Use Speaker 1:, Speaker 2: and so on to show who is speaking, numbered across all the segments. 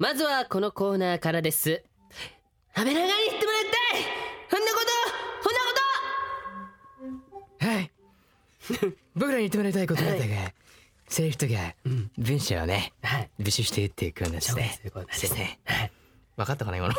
Speaker 1: まずはこのコーナーからです安倍長に言ってもらいたいこんなことこんなこと
Speaker 2: はい。 僕らに言ってもらいたいことだったが、セリフとか
Speaker 1: ん
Speaker 2: 文章をね、
Speaker 1: はい
Speaker 2: 募集してっていうコーナーですね。
Speaker 1: そうですそういうコーナーです
Speaker 2: ね。
Speaker 1: はい
Speaker 2: 分かったかな 今の。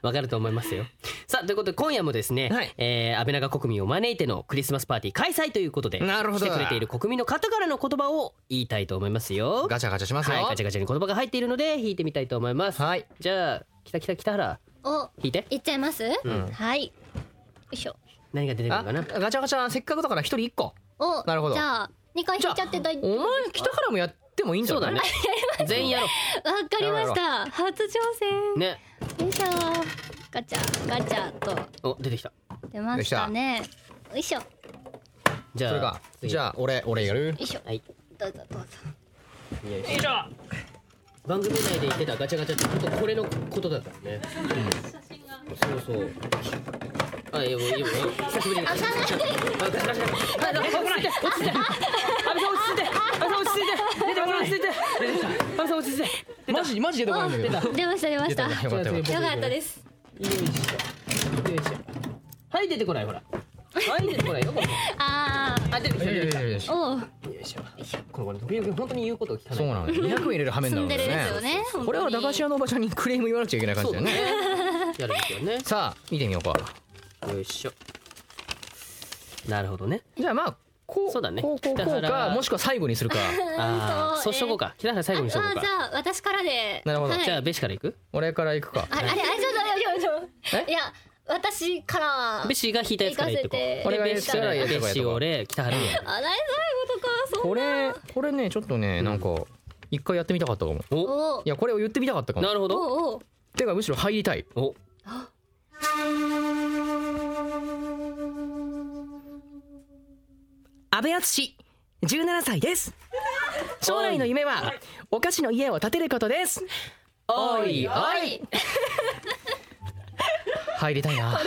Speaker 1: わかると思いますよさあということで今夜もですね、
Speaker 2: はい
Speaker 1: えー安倍長国民を招いてのクリスマスパーティー開催ということで
Speaker 2: なるほど
Speaker 1: 来てくれている国民の方からの言葉を言いたいと思いますよ
Speaker 2: ガチャガチャしますよ。
Speaker 1: はいガチャガチャに言葉が入っているので引いてみたいと思います
Speaker 2: はい
Speaker 1: じゃあ北北北原
Speaker 3: お
Speaker 1: 引いて
Speaker 3: いっちゃいます、
Speaker 2: ん
Speaker 3: はいよいしょ
Speaker 1: 何が出てくる
Speaker 2: あ
Speaker 1: かな
Speaker 2: ガチャガチャせっかくだから一人一個。
Speaker 3: お
Speaker 2: なるほど
Speaker 3: じゃあ2回引いちゃって大丈
Speaker 2: お前
Speaker 3: 夫
Speaker 2: 北からもやってもいいんじ
Speaker 1: そ
Speaker 2: ゃ
Speaker 1: うだ
Speaker 2: な
Speaker 1: ね？
Speaker 2: い
Speaker 1: 全員やろ
Speaker 3: わかりました初挑
Speaker 1: う
Speaker 3: 戦
Speaker 1: ね
Speaker 3: よいしょガチャガチャと
Speaker 1: お出てきた
Speaker 3: 出ましたねよいしょよ
Speaker 1: じ
Speaker 2: それ
Speaker 1: ゃ
Speaker 2: か
Speaker 1: あ。
Speaker 2: じゃあ俺俺やる。
Speaker 3: いしょ
Speaker 1: はい
Speaker 3: どうぞどうぞ
Speaker 1: よいしょ番組内で言ってたガチャガチャって本当これのことだからね、そうそうあいやもういいよ久しぶりにあガチャガチャガチャガチャあ落ち着いて落ち着いて阿部さん落ち着いて阿部さん落ち着いて出てこない落ち着いて出てきた阿部さん落ち着いて
Speaker 2: マジマジでどこなんだけど。
Speaker 3: 出ました出ま
Speaker 2: 出
Speaker 3: した
Speaker 2: た出
Speaker 3: よ
Speaker 2: たよかったよかっ
Speaker 1: じゃあ
Speaker 3: かったです
Speaker 1: よいしょよいしょはい出てこないほらはい出てこないよこれ
Speaker 3: あ
Speaker 1: あ出てき
Speaker 2: た。
Speaker 1: た
Speaker 2: いや
Speaker 1: 出
Speaker 2: い
Speaker 1: てきた
Speaker 2: やいやい
Speaker 3: ー
Speaker 2: や
Speaker 3: おう
Speaker 1: よいしょこれこれ時々本当に言うことを聞かない
Speaker 2: そうなのよ。200円入れるはめにな
Speaker 3: ツ
Speaker 2: る
Speaker 3: ン
Speaker 2: んだ
Speaker 3: デ
Speaker 2: よ
Speaker 3: レ
Speaker 2: ね
Speaker 3: ですよね本当に
Speaker 2: これは駄菓子屋のおばちゃんにクレーム言わなくちゃいけない感じだよね。
Speaker 1: やるんですよね
Speaker 2: さあ見てみようか。
Speaker 1: よいしょなるほどね
Speaker 2: じゃあまあこう
Speaker 1: そうだね
Speaker 2: こうこう
Speaker 1: 北
Speaker 2: こうか
Speaker 1: 原
Speaker 2: もしくは最後にするか。
Speaker 1: ああそうしとこうか北原最後にしとこう
Speaker 3: あ
Speaker 1: か
Speaker 3: じゃあ私からで
Speaker 2: なるほど
Speaker 3: はい
Speaker 1: じゃあベシからいく
Speaker 2: 俺から行くか。
Speaker 3: あれあれあれちょっとちょっとちょっ
Speaker 2: え
Speaker 3: といや私から
Speaker 1: ベシが引いたやつからいってこ
Speaker 3: 行かせて
Speaker 1: う
Speaker 2: 俺が
Speaker 1: で
Speaker 2: や
Speaker 1: ベ
Speaker 2: っ
Speaker 1: シ
Speaker 2: た
Speaker 1: から
Speaker 2: や
Speaker 1: ら
Speaker 2: っ
Speaker 1: ベ
Speaker 2: とこう
Speaker 1: シ
Speaker 2: やっとこう
Speaker 1: 俺北原に
Speaker 3: あらいそういうことかそう
Speaker 2: これこれねちょっとねなんか一回やってみたかったかも。
Speaker 1: お
Speaker 3: おう
Speaker 2: いやこれを言ってみたかったかも
Speaker 1: な。るほど
Speaker 3: おうおう
Speaker 2: てかむしろ入りたい。
Speaker 1: お
Speaker 4: 安倍敦17歳です将来の夢はお菓子の家を建てることです
Speaker 1: おいおい
Speaker 2: 入りたいな。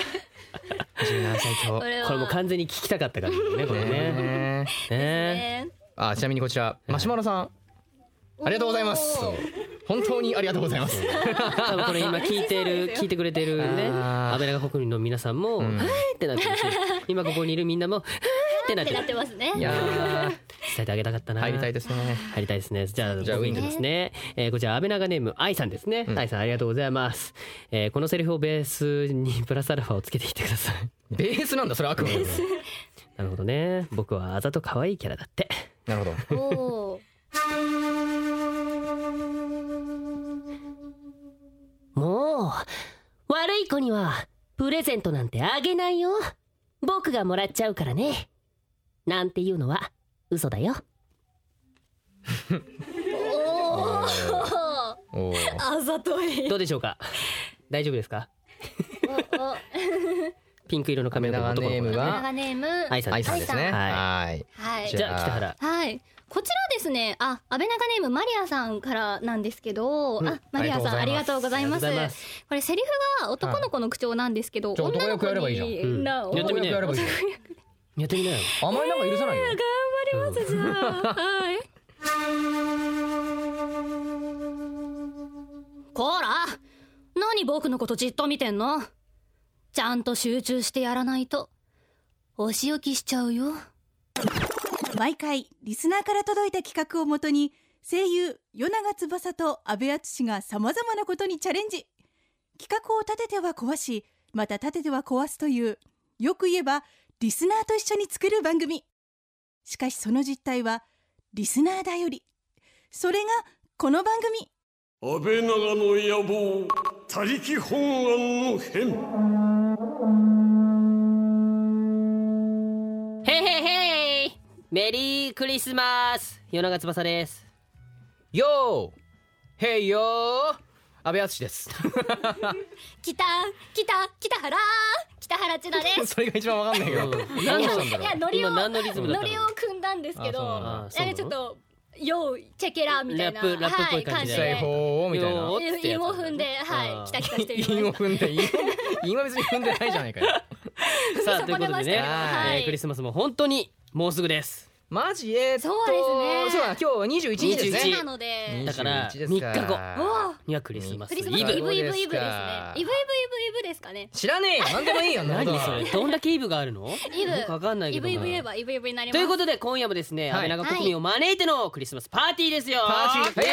Speaker 2: 十七歳
Speaker 3: これは
Speaker 1: これもう完全に聞きたかったからねこれ
Speaker 2: 今
Speaker 1: ね
Speaker 2: 日。ね
Speaker 1: ね
Speaker 3: ね
Speaker 2: あちなみにこちらマシュマロさんありがとうございます
Speaker 3: おー。
Speaker 2: 本当にありがとうございます。
Speaker 1: 多分これ今聞いてる聞いてくれてるね
Speaker 2: あー
Speaker 1: 安倍長国民の皆さんもは
Speaker 2: ん
Speaker 1: ーいってなってるし今ここにいるみんなもはーいってなっ
Speaker 3: っ
Speaker 1: て
Speaker 3: てな
Speaker 1: る
Speaker 3: ってますね
Speaker 2: いやー
Speaker 1: 伝えてあげたかったな
Speaker 2: 入りたいですね。
Speaker 1: 入りたいですね。じゃあ、
Speaker 2: じゃあ
Speaker 1: 僕いきますね。えーこちら、安倍長ネーム、愛さんですね。愛、さん、ありがとうございます。えーこのセリフをベースにプラスアルファをつけてきてくだ さい。
Speaker 2: ベースなんだそれあくまでも。
Speaker 1: なるほどね。僕はあざと可愛いキャラだって。
Speaker 2: なるほど。
Speaker 3: おおう
Speaker 1: もう、悪い子には、プレゼントなんてあげないよ。僕がもらっちゃうからね。なんていうのは、嘘だよ。
Speaker 3: おー
Speaker 2: おー
Speaker 3: あざとい
Speaker 1: どうでしょうか大丈夫ですか
Speaker 3: おお
Speaker 1: ピンク色の髪の毛の男の
Speaker 2: 安
Speaker 1: 子
Speaker 2: 倍長ネームが
Speaker 3: 長ネーム
Speaker 1: 愛さんで
Speaker 2: 愛
Speaker 1: す。
Speaker 2: さんですね。
Speaker 1: は
Speaker 2: はい。
Speaker 3: はい
Speaker 1: じゃあ、北原。
Speaker 3: はいこちらですねあ安倍長ネームマリアさんからなんですけど、
Speaker 1: うん
Speaker 3: あマリアさん
Speaker 2: あ
Speaker 3: あ
Speaker 2: り
Speaker 3: り
Speaker 2: が
Speaker 3: がとうございます
Speaker 1: ありがとうございます
Speaker 3: これセリフが男の子の口調なんですけど、
Speaker 2: じゃあ
Speaker 3: 女の
Speaker 2: 男役
Speaker 3: 子に
Speaker 2: やればいいじゃんう
Speaker 3: な
Speaker 1: やってみなよ
Speaker 2: 男役やればいいじゃん
Speaker 1: やってみなよ。
Speaker 2: あまりなんか許さないよ。
Speaker 3: 頑張りますじゃあ、はいこら何僕のことじっと見てんのちゃんと集中してやらないとお仕置きしちゃうよ
Speaker 5: 毎回リスナーから届いた企画をもとに声優与永翼と阿部淳がさまざまなことにチャレンジ企画を立てては壊しまた立てては壊すというよく言えばリスナーと一緒に作る番組しかしその実態はリスナーだよりそれがこの番組
Speaker 6: 安倍長の野望他力本願の変
Speaker 1: へいへいへいメリークリスマス夜長翼です
Speaker 2: よー、へいよー、安倍淳です。
Speaker 3: 来た来た北原北原千奈です
Speaker 2: それが一番わかんないけど。
Speaker 1: うん何
Speaker 2: 何を
Speaker 1: の
Speaker 2: したんだ
Speaker 3: い
Speaker 2: ろ
Speaker 3: やノリを
Speaker 1: 今何のリズムだった
Speaker 3: ノ
Speaker 1: の
Speaker 3: リを組んだんですけど
Speaker 2: あ
Speaker 3: な
Speaker 1: あ
Speaker 3: ん
Speaker 1: そうなの
Speaker 3: かちょっと「よーチェケラ」みたいな
Speaker 1: ラップラップっぽい
Speaker 2: う。
Speaker 1: 感
Speaker 2: 実
Speaker 1: じ
Speaker 2: 際法をみたいな
Speaker 1: よ。ーってやつ
Speaker 3: 韻を踏んで
Speaker 1: あ
Speaker 3: は
Speaker 1: ー
Speaker 3: い来た来たしてみました
Speaker 2: 韻を踏んで、韻を韻は別に踏んでないじゃないかよ。
Speaker 1: さあ
Speaker 3: そ
Speaker 1: という
Speaker 3: こ
Speaker 1: ことで
Speaker 3: で
Speaker 1: ね、
Speaker 2: ました
Speaker 3: はい
Speaker 1: えークリスマスも本当にもうすぐです
Speaker 2: マジえーっと
Speaker 3: そうです
Speaker 2: そう
Speaker 3: ね
Speaker 2: だ今日21日ですね
Speaker 3: なので
Speaker 1: だから
Speaker 2: 21です
Speaker 1: 三日後
Speaker 3: おお
Speaker 1: にはクリスマス
Speaker 3: クリ
Speaker 1: イ
Speaker 3: スマスイ
Speaker 1: ブ
Speaker 3: ブイブイブイ
Speaker 2: そうです
Speaker 3: ブですね
Speaker 2: か
Speaker 3: イブイブイブイブですかね
Speaker 2: 知らねえよ何でもいいよ
Speaker 1: 何それ
Speaker 2: れ
Speaker 1: どんだけイブがあるの
Speaker 3: イブ
Speaker 1: よくわかんないけ
Speaker 3: イ
Speaker 1: ど
Speaker 3: ブ
Speaker 1: な
Speaker 3: イブ言えばイブイブになりま
Speaker 1: と
Speaker 3: す
Speaker 1: いうことで今夜もですね、
Speaker 2: はい
Speaker 1: アメナガ国民を招いてのクリスマスパーティーですよ
Speaker 2: パーテ
Speaker 1: イ
Speaker 2: ィー
Speaker 1: エ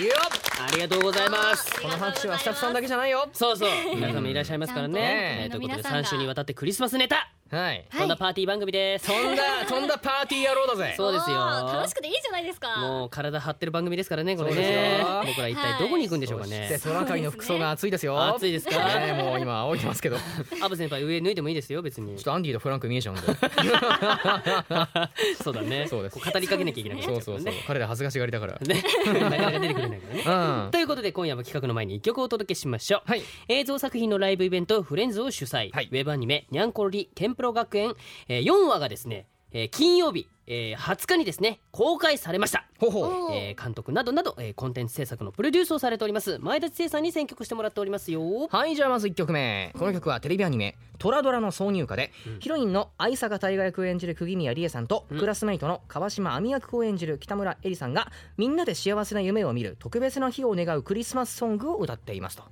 Speaker 1: イ
Speaker 2: いいよ
Speaker 1: ありがとうございます
Speaker 3: あ
Speaker 2: この拍手はスタッフさんだけじゃないよ
Speaker 1: そうそう皆様いらっしゃいますからね
Speaker 2: ちゃんと
Speaker 1: えーということで
Speaker 3: 皆さんが
Speaker 1: 3週にわたってクリスマスネタ
Speaker 2: はい
Speaker 3: はい
Speaker 1: こんなパーティー番組です
Speaker 2: 飛んだ飛んだパーティー野郎だぜ
Speaker 1: そうですよ
Speaker 3: おー楽しくていいじゃないですか
Speaker 1: もう体張ってる番組ですからねこれ
Speaker 2: そうです
Speaker 1: ね
Speaker 2: よ
Speaker 1: 僕ら一体どこに行くんでしょうか
Speaker 2: そ
Speaker 1: ね
Speaker 2: してトナカイの服装が暑いです よ
Speaker 1: 暑いですか
Speaker 2: ねもう今仰いでますけどちょ
Speaker 1: アブ先輩上脱いでもいいですよ別に
Speaker 2: っとアンディとフランク見えちゃ うんで
Speaker 1: そうだね
Speaker 2: そうです
Speaker 1: こう語りかけなきゃいけなくなっち
Speaker 2: そ
Speaker 1: ゃうから
Speaker 2: うそうそう
Speaker 1: ね
Speaker 2: 彼ら恥ずかしがりだから
Speaker 1: ねなかなか出てくれないからね
Speaker 2: うん
Speaker 1: ということで今夜は企画の前に一曲をお届けしましょう、
Speaker 2: はい
Speaker 1: 映像作品のライブイベント「フレンズ」を主催、
Speaker 2: はい
Speaker 1: ウェブアニメ「にゃんころり天ぷら学園」えー4話がですね、えー金曜日、えー20日にですね公開されました
Speaker 2: ほほ
Speaker 3: おー
Speaker 1: えー監督などなど、えーコンテンツ制作のプロデュースをされております前田知世さんに選曲してもらっておりますよ
Speaker 2: はいじゃあまず1曲目この曲はテレビアニメ「トラドラ」の挿入歌で、ヒロインの愛坂大河役を演じる釘宮理恵さんと、クラスメイトの川島亜美役を演じる北村恵里さんがみんなで幸せな夢を見る特別な日を願うクリスマスソングを歌っていますと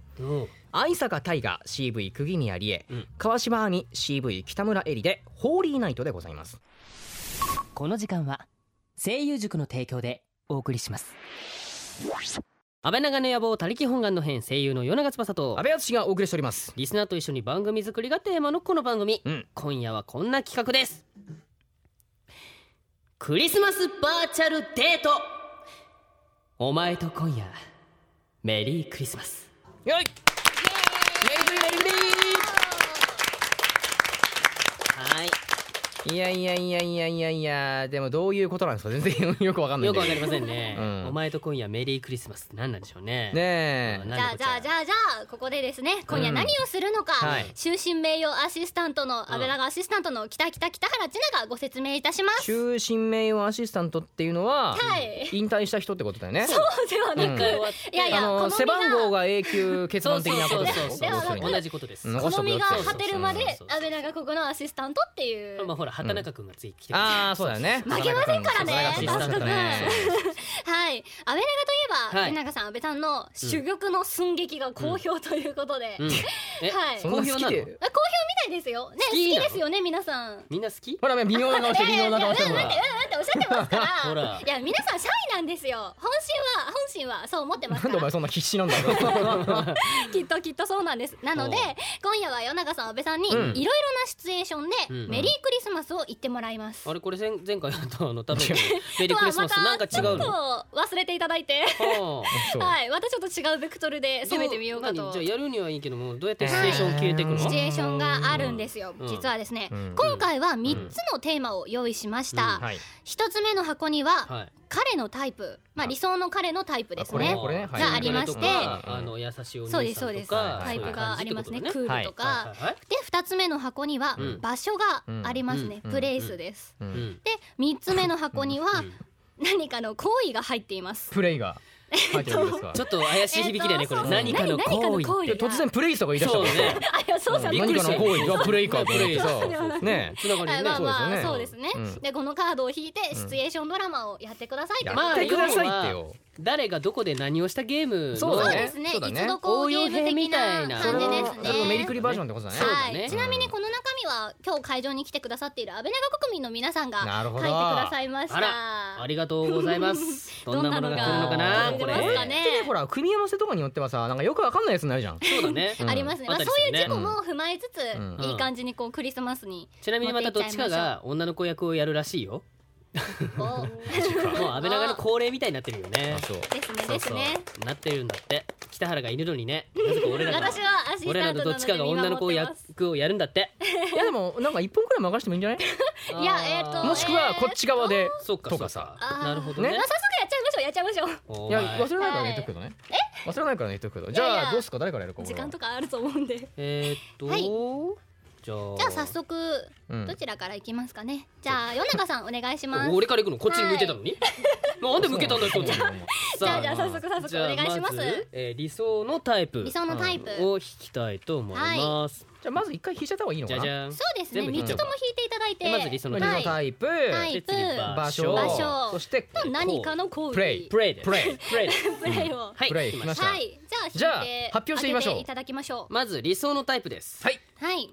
Speaker 2: 愛坂大河 CV 釘宮理恵、
Speaker 1: うん
Speaker 2: 川島亜美 CV 北村恵里で「ホーリーナイト」でございます
Speaker 1: この時間は声優塾の提供でお送りします安倍長の野望他力本願の編声優の与永翼と
Speaker 2: 安倍淳がお送りしております
Speaker 1: リスナーと一緒に番組作りがテーマのこの番組、
Speaker 2: うん
Speaker 1: 今夜はこんな企画ですクリスマスバーチャルデートお前と今夜メリークリスマス
Speaker 2: よいメリクリメリク
Speaker 1: はい
Speaker 2: リいやいやいやいやいやいやでもどういうことなんですか全然よくわかんない
Speaker 1: よ
Speaker 2: ん
Speaker 1: く
Speaker 2: だ
Speaker 1: わか
Speaker 2: けど
Speaker 1: りませんね、
Speaker 2: うん
Speaker 1: お前と今夜メリークリスマスって何なんでしょうね
Speaker 2: ねえ
Speaker 3: じゃあじゃあじ
Speaker 1: ゃ
Speaker 3: ゃあじゃあここでですね今夜何をするのか
Speaker 2: はい
Speaker 3: 終身名誉アシスタントの安倍長アシスタントの北北北原千奈がご説明いたします
Speaker 2: 終身名誉アシスタントっていうのは、
Speaker 3: はい
Speaker 2: 引退した人ってことだよね。
Speaker 3: そうではなくいやいや
Speaker 2: あ
Speaker 3: この
Speaker 2: の
Speaker 3: 身
Speaker 2: 背番号
Speaker 3: が
Speaker 2: が永久欠番的なことですよ
Speaker 1: そうそうそう
Speaker 2: 要す
Speaker 1: そう
Speaker 2: るに
Speaker 1: 同じことです、
Speaker 2: うん
Speaker 1: ま
Speaker 3: この身が果てるまで
Speaker 1: そうそうそうそう
Speaker 3: 安倍長ここのアシスタントっていう
Speaker 1: あほら畑中君が次来て
Speaker 2: ああそうだよね。
Speaker 3: 負けませんからね
Speaker 2: 田中君田中君
Speaker 3: 田はい安倍長といえ
Speaker 1: は
Speaker 3: ば
Speaker 1: い
Speaker 3: 安倍長さん安倍さんの珠玉の寸劇が好評ということで
Speaker 1: うんえ
Speaker 3: はい
Speaker 2: そんな好き
Speaker 1: 好評な
Speaker 2: で。
Speaker 3: 好評みたいですよね好
Speaker 1: き
Speaker 3: き
Speaker 1: なの
Speaker 3: ですよね皆さん
Speaker 1: みんな好き
Speaker 2: ほらね微妙な顔して微妙な顔してほら。
Speaker 3: だっておっしゃってますから
Speaker 1: ほら
Speaker 3: いや皆さんシャイなんですよ本心は本心はそう思ってます
Speaker 2: な
Speaker 3: か
Speaker 2: んでお
Speaker 3: ら
Speaker 2: 前そんな必死なんだろう。
Speaker 3: きっときっとそうなんですなので
Speaker 1: おう
Speaker 3: 今夜は夜中さん安部さんにいろいろなシチュエーションで
Speaker 1: うん
Speaker 3: メリークリスマスを言ってもらいます、
Speaker 1: あれこれ前前回やったあの多分メリークリスマス
Speaker 3: とは
Speaker 1: なんか
Speaker 3: また
Speaker 1: 違
Speaker 3: ちょ
Speaker 1: う
Speaker 3: っ
Speaker 1: の。は
Speaker 3: と忘れていただいて
Speaker 1: あ
Speaker 2: そう
Speaker 3: はいまたちょっと違うベクトルで攻めてみようか
Speaker 1: ど
Speaker 3: と
Speaker 1: 何
Speaker 3: シ
Speaker 1: じゃあ
Speaker 3: チ
Speaker 1: やるにはいいけどもどうやってシチュエーションを消えていくの？
Speaker 2: シ
Speaker 3: ュエーションがあるんですよ、
Speaker 1: うん
Speaker 3: 実はですね、
Speaker 2: うん
Speaker 3: 今回は3つのテーマを用意しました、
Speaker 1: うん
Speaker 2: はい。
Speaker 3: 一1つ目の箱には
Speaker 1: はい。
Speaker 3: 彼のタイプ、まあ、理想の彼のタイプです
Speaker 2: これ
Speaker 3: ね
Speaker 2: これねはい
Speaker 3: がありまし
Speaker 1: こ
Speaker 3: て
Speaker 1: れとかあの優しいお
Speaker 3: そう
Speaker 1: 兄
Speaker 3: です
Speaker 1: さ
Speaker 3: そうん
Speaker 1: と
Speaker 3: です
Speaker 1: か
Speaker 3: タイプがありますねク
Speaker 2: ね
Speaker 3: ールとか、
Speaker 1: はいはいはい
Speaker 3: で2つ目の箱には
Speaker 1: うん
Speaker 3: 場所がありますね、
Speaker 2: うん
Speaker 3: プレイスです、
Speaker 2: う
Speaker 1: うんん。
Speaker 3: で3つ目の箱には
Speaker 1: うん
Speaker 3: 何かの行為が入っています
Speaker 2: プレイが入ってるんですか
Speaker 1: ち。ょっと怪しい響きだよねこれ
Speaker 3: え。っと
Speaker 1: 何かの
Speaker 3: 何
Speaker 1: 行為。
Speaker 2: いや突然プレイとか言い出した
Speaker 1: そう
Speaker 2: もん
Speaker 1: ね。
Speaker 3: あいやそうじゃない、
Speaker 1: びっく
Speaker 2: 何
Speaker 1: りし
Speaker 2: か
Speaker 1: た
Speaker 2: の行為がプレイかと思って
Speaker 1: プ
Speaker 2: さ
Speaker 1: レイそうそうそう
Speaker 2: ねえ
Speaker 1: つながり
Speaker 3: はい
Speaker 1: ね。
Speaker 3: まあまあそ
Speaker 2: そうう
Speaker 3: で
Speaker 2: ですす
Speaker 3: ね
Speaker 2: ねうん
Speaker 3: でこのカードを引いてシチュエーションドラマをやってくださいってこと
Speaker 1: ま
Speaker 2: や
Speaker 1: あ
Speaker 2: ってくださいってよ。
Speaker 1: 誰がどこで何をしたゲームの
Speaker 2: そうだ
Speaker 3: そう
Speaker 2: ね
Speaker 3: ですね
Speaker 2: そうだね
Speaker 3: 一度こうゲー
Speaker 1: 応用
Speaker 3: ム的な感じ
Speaker 1: 編み
Speaker 3: で
Speaker 1: たいな
Speaker 3: す
Speaker 1: そ
Speaker 3: ね
Speaker 1: れ
Speaker 2: それのメリクリバージョンってことだね。
Speaker 1: だ
Speaker 3: は
Speaker 1: ね
Speaker 3: い、ちなみにこの中身は今日会場に来てくださっている安倍長国民の皆さんが
Speaker 2: なる
Speaker 3: 書い
Speaker 2: ほ
Speaker 3: て
Speaker 2: ど
Speaker 3: くださいまし
Speaker 1: あらあ
Speaker 3: た
Speaker 1: りがとうございます。 どんなものが来るのかな
Speaker 3: ど
Speaker 1: こ
Speaker 3: んなのが出てますか
Speaker 1: れ
Speaker 3: ね。
Speaker 2: でほら組み合わせとかによってはさなんかよくわかんないやつになるじゃん。
Speaker 1: そうだね。
Speaker 3: ありますね、
Speaker 1: うん
Speaker 3: まあ、そういう事故
Speaker 1: うん
Speaker 3: も踏まえつつ、
Speaker 2: うん
Speaker 3: いい感じにこうクリスマスに
Speaker 1: ちなみにまたどっちかが女の子役をやるらしい よ。
Speaker 3: こ
Speaker 1: もう安倍長の恒例みたいになってるよね
Speaker 2: あ。そう。
Speaker 3: う ですねですね
Speaker 1: なってるんだって。北原が犬のに ね。なぜか俺らが
Speaker 3: 私はアシス
Speaker 1: 俺
Speaker 3: タ
Speaker 1: ら
Speaker 3: ン
Speaker 1: の
Speaker 3: トな
Speaker 1: ど
Speaker 3: の
Speaker 1: っ
Speaker 3: で
Speaker 1: ちかが女の子
Speaker 3: 見守ってます
Speaker 1: 役をやるんだって。
Speaker 2: いやでもなんか一本くらい任してもいいんじゃない？
Speaker 3: いやえーと
Speaker 2: もしくはこっち側で。
Speaker 1: そうかそうか
Speaker 2: とかさ
Speaker 3: あー
Speaker 1: なるほどね
Speaker 2: ね
Speaker 3: まあ。早速やっちゃいましょうやっちゃいましょ
Speaker 1: お
Speaker 2: いや
Speaker 1: 前
Speaker 2: 忘れないから言っとくけどね。え？忘れないから言っとくけど。じ
Speaker 3: いやい
Speaker 2: ゃ
Speaker 3: や
Speaker 2: あどうすか誰からやるか。
Speaker 3: う時間と
Speaker 2: か。
Speaker 3: かあると思うんで
Speaker 1: えーっと、
Speaker 3: はい
Speaker 1: ちょじゃあ
Speaker 3: じゃあ早速
Speaker 2: うん
Speaker 3: どちらから行きますかねじゃあ米長さんお願いします
Speaker 1: 俺から行くのこっちに向いてたのに、なんで向けたんだよこっちに
Speaker 3: じゃあじゃあ早速早
Speaker 1: じゃあ
Speaker 3: 速お願いしま
Speaker 1: ず
Speaker 3: す
Speaker 1: えー理想のタイプ
Speaker 3: 理想のタイプ
Speaker 1: うんを引きたいと思います、
Speaker 2: じゃあまず一回引いちゃった方がいいの
Speaker 1: じ
Speaker 2: か
Speaker 1: ゃ
Speaker 2: な
Speaker 1: じゃん
Speaker 3: そうですね
Speaker 1: 全部引
Speaker 3: 3
Speaker 1: い
Speaker 3: つ
Speaker 1: ちゃ
Speaker 3: と
Speaker 1: おう
Speaker 3: も
Speaker 1: か
Speaker 3: 引いていただいて
Speaker 1: まず理想の
Speaker 2: 理想のタ
Speaker 3: はい
Speaker 2: イプ、
Speaker 3: タイプ
Speaker 1: で次
Speaker 2: 場所
Speaker 1: 場
Speaker 3: 場
Speaker 1: 所
Speaker 3: 所
Speaker 1: そして
Speaker 3: と何かの行為
Speaker 2: プレイ
Speaker 1: プレイです
Speaker 2: プレイ
Speaker 1: プレイです
Speaker 3: プレイを
Speaker 1: はい
Speaker 2: プレイ
Speaker 1: 来
Speaker 2: 来ま
Speaker 1: ま
Speaker 2: し
Speaker 1: したた
Speaker 3: はいじ
Speaker 2: じ
Speaker 3: ゃあ
Speaker 2: ゃあ
Speaker 3: 引いて
Speaker 2: 発表してみましょう
Speaker 3: 当てていただきましょう
Speaker 1: まず理想のタイプです
Speaker 2: はい
Speaker 3: はい